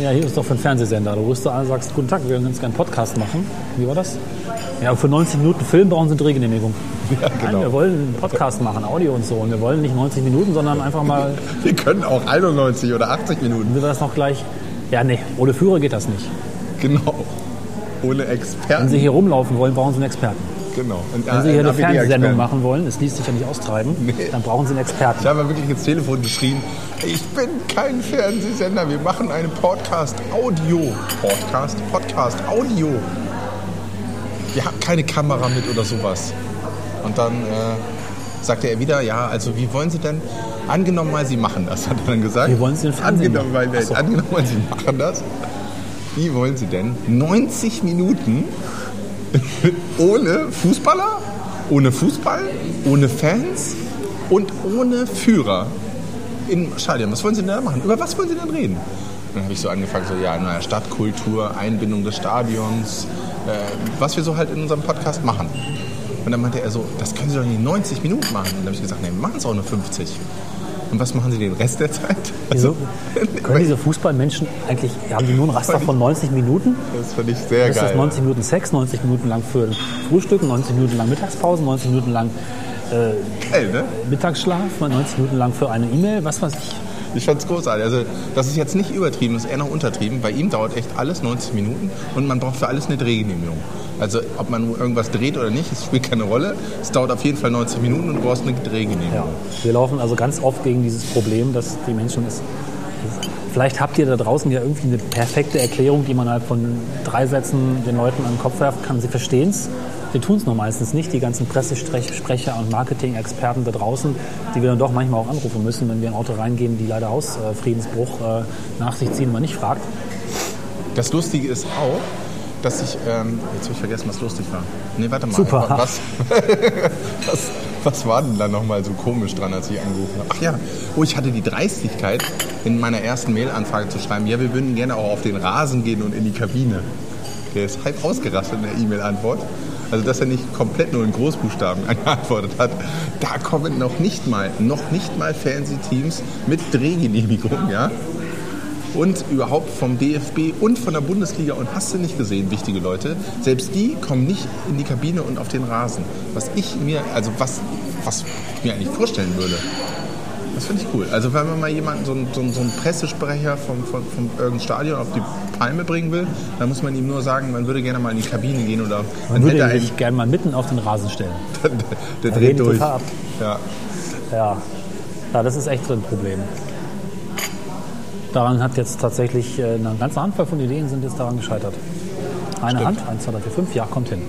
S2: Ja, hier ist doch für einen Fernsehsender. Du rufst da an und sagst, guten Tag, wir würden ganz gerne einen Podcast machen. Wie war das? Ja, für 90 Minuten Film brauchen sie eine Drehgenehmigung.
S3: Ja,
S2: Nein, wir
S3: genau.
S2: wollen einen Podcast machen, Audio und so. Und wir wollen nicht 90 Minuten, sondern einfach mal,
S3: Wir können auch 91 oder 80 Minuten.
S2: wie wir das noch gleich... Ja, nee, ohne Führer geht das nicht.
S3: Genau. Ohne
S2: Wenn
S3: Experten.
S2: Sie hier rumlaufen wollen, brauchen Sie einen Experten.
S3: genau.
S2: Wenn Sie hier eine Fernsehsendung machen wollen, es ließ sich ja nicht austreiben, dann brauchen Sie einen Experten.
S3: Da haben wir wirklich ins Telefon geschrien, ich bin kein Fernsehsender, wir machen einen Podcast Audio. Podcast, Podcast, Audio. Wir haben keine Kamera mit oder sowas. Und dann äh, sagte er wieder, ja, also wie wollen Sie denn, angenommen mal, Sie machen das, hat er dann gesagt.
S2: Wie wollen Sie denn Fernsehen
S3: angenommen, mal,
S2: machen?
S3: nein,
S2: Ach so.
S3: angenommen mal, Sie machen das. Wie wollen Sie denn 90 Minuten ohne Fußballer, ohne Fußball, ohne Fans und ohne Führer im Stadion. Was wollen Sie denn da machen? Über was wollen Sie denn reden? Dann habe ich so angefangen, so ja, naja, Stadtkultur, Einbindung des Stadions, äh, was wir so halt in unserem Podcast machen. Und dann meinte er so, das können Sie doch nicht 90 Minuten machen. Und dann habe ich gesagt, nee, wir machen es auch nur 50. Und was machen Sie den Rest der Zeit? Also,
S2: Wieso? Können diese Fußballmenschen eigentlich, haben die nur einen Raster von 90 Minuten?
S3: Das finde ich sehr
S2: Ist das
S3: geil.
S2: 90 Minuten Sex, 90 Minuten lang für Frühstück, 90 Minuten lang Mittagspause, 90 Minuten lang äh,
S3: geil, ne?
S2: Mittagsschlaf, 90 Minuten lang für eine E-Mail, was weiß ich.
S3: Ich fand's großartig. Also, das ist jetzt nicht übertrieben, das ist eher noch untertrieben. Bei ihm dauert echt alles 90 Minuten und man braucht für alles eine Drehgenehmigung. Also, ob man irgendwas dreht oder nicht, es spielt keine Rolle. Es dauert auf jeden Fall 90 Minuten und du brauchst eine Drehgenehmigung.
S2: Ja. Wir laufen also ganz oft gegen dieses Problem, dass die Menschen es. Vielleicht habt ihr da draußen ja irgendwie eine perfekte Erklärung, die man halt von drei Sätzen den Leuten an den Kopf werfen kann. Sie verstehen es. Sie tun es nur meistens nicht. Die ganzen Pressesprecher und Marketing-Experten da draußen, die wir dann doch manchmal auch anrufen müssen, wenn wir in Orte reingehen, die leider Hausfriedensbruch äh, nach sich ziehen, man nicht fragt.
S3: Das Lustige ist auch, dass ich. Ähm, jetzt habe ich vergessen, was lustig war. Nee, warte mal.
S2: Super.
S3: Was, was, was war denn da nochmal so komisch dran, als ich angerufen habe? Ach ja, oh, ich hatte die Dreistigkeit, in meiner ersten Mail-Anfrage zu schreiben: Ja, wir würden gerne auch auf den Rasen gehen und in die Kabine. Der ist halb ausgerastet in der E-Mail-Antwort. Also, dass er nicht komplett nur in Großbuchstaben geantwortet hat. Da kommen noch nicht mal, noch nicht mal Fernsehteams mit Drehgenehmigung, ja? und überhaupt vom DFB und von der Bundesliga und hast du nicht gesehen, wichtige Leute, selbst die kommen nicht in die Kabine und auf den Rasen. Was ich mir, also was, was ich mir eigentlich vorstellen würde. Das finde ich cool. Also wenn man mal jemanden, so einen, so einen, so einen Pressesprecher vom, vom, vom irgendeinem Stadion auf die Palme bringen will, dann muss man ihm nur sagen, man würde gerne mal in die Kabine gehen oder
S2: Man
S3: dann
S2: würde
S3: hätte er
S2: ihn
S3: einen,
S2: gerne mal mitten auf den Rasen stellen.
S3: der
S2: reden
S3: dreht durch.
S2: total ab.
S3: Ja.
S2: Ja. ja, das ist echt so ein Problem. Daran hat jetzt tatsächlich äh, eine ganze Handvoll von Ideen sind jetzt daran gescheitert. Eine Hand, 1, 2, 3, 4, 5, ja, kommt hin.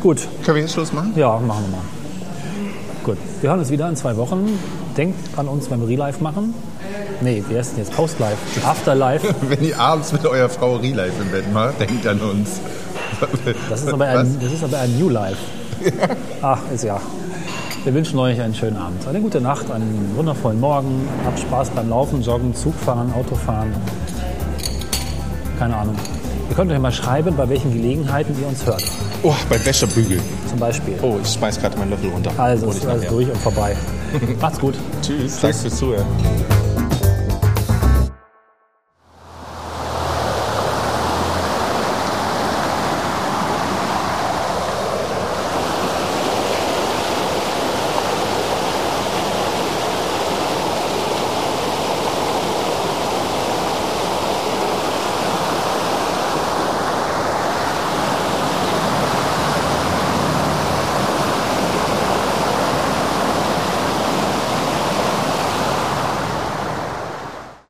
S2: Gut,
S3: Können wir jetzt Schluss machen?
S2: ja, machen wir mal. Gut, wir hören uns wieder in zwei Wochen. Denkt an uns beim Relive machen. Nee, wie heißt denn jetzt? Postlive, Afterlife.
S3: Wenn ihr abends mit eurer Frau Relife im Bett macht, denkt an uns.
S2: Das ist aber ein, das ist aber ein New Life. Ach, ist ja. Wir wünschen euch einen schönen Abend, eine gute Nacht, einen wundervollen Morgen. Habt Spaß beim Laufen, Joggen, Zugfahren, Autofahren. Keine Ahnung. Ihr könnt euch mal schreiben, bei welchen Gelegenheiten ihr uns hört.
S3: Oh, bei Wäschebügel.
S2: Zum Beispiel.
S3: Oh, ich schmeiß gerade meinen Löffel runter.
S2: Also,
S3: Hol
S2: es
S3: ich
S2: ist alles
S3: nachher.
S2: durch und vorbei. Macht's gut.
S3: Tschüss. Danke fürs Zuhören.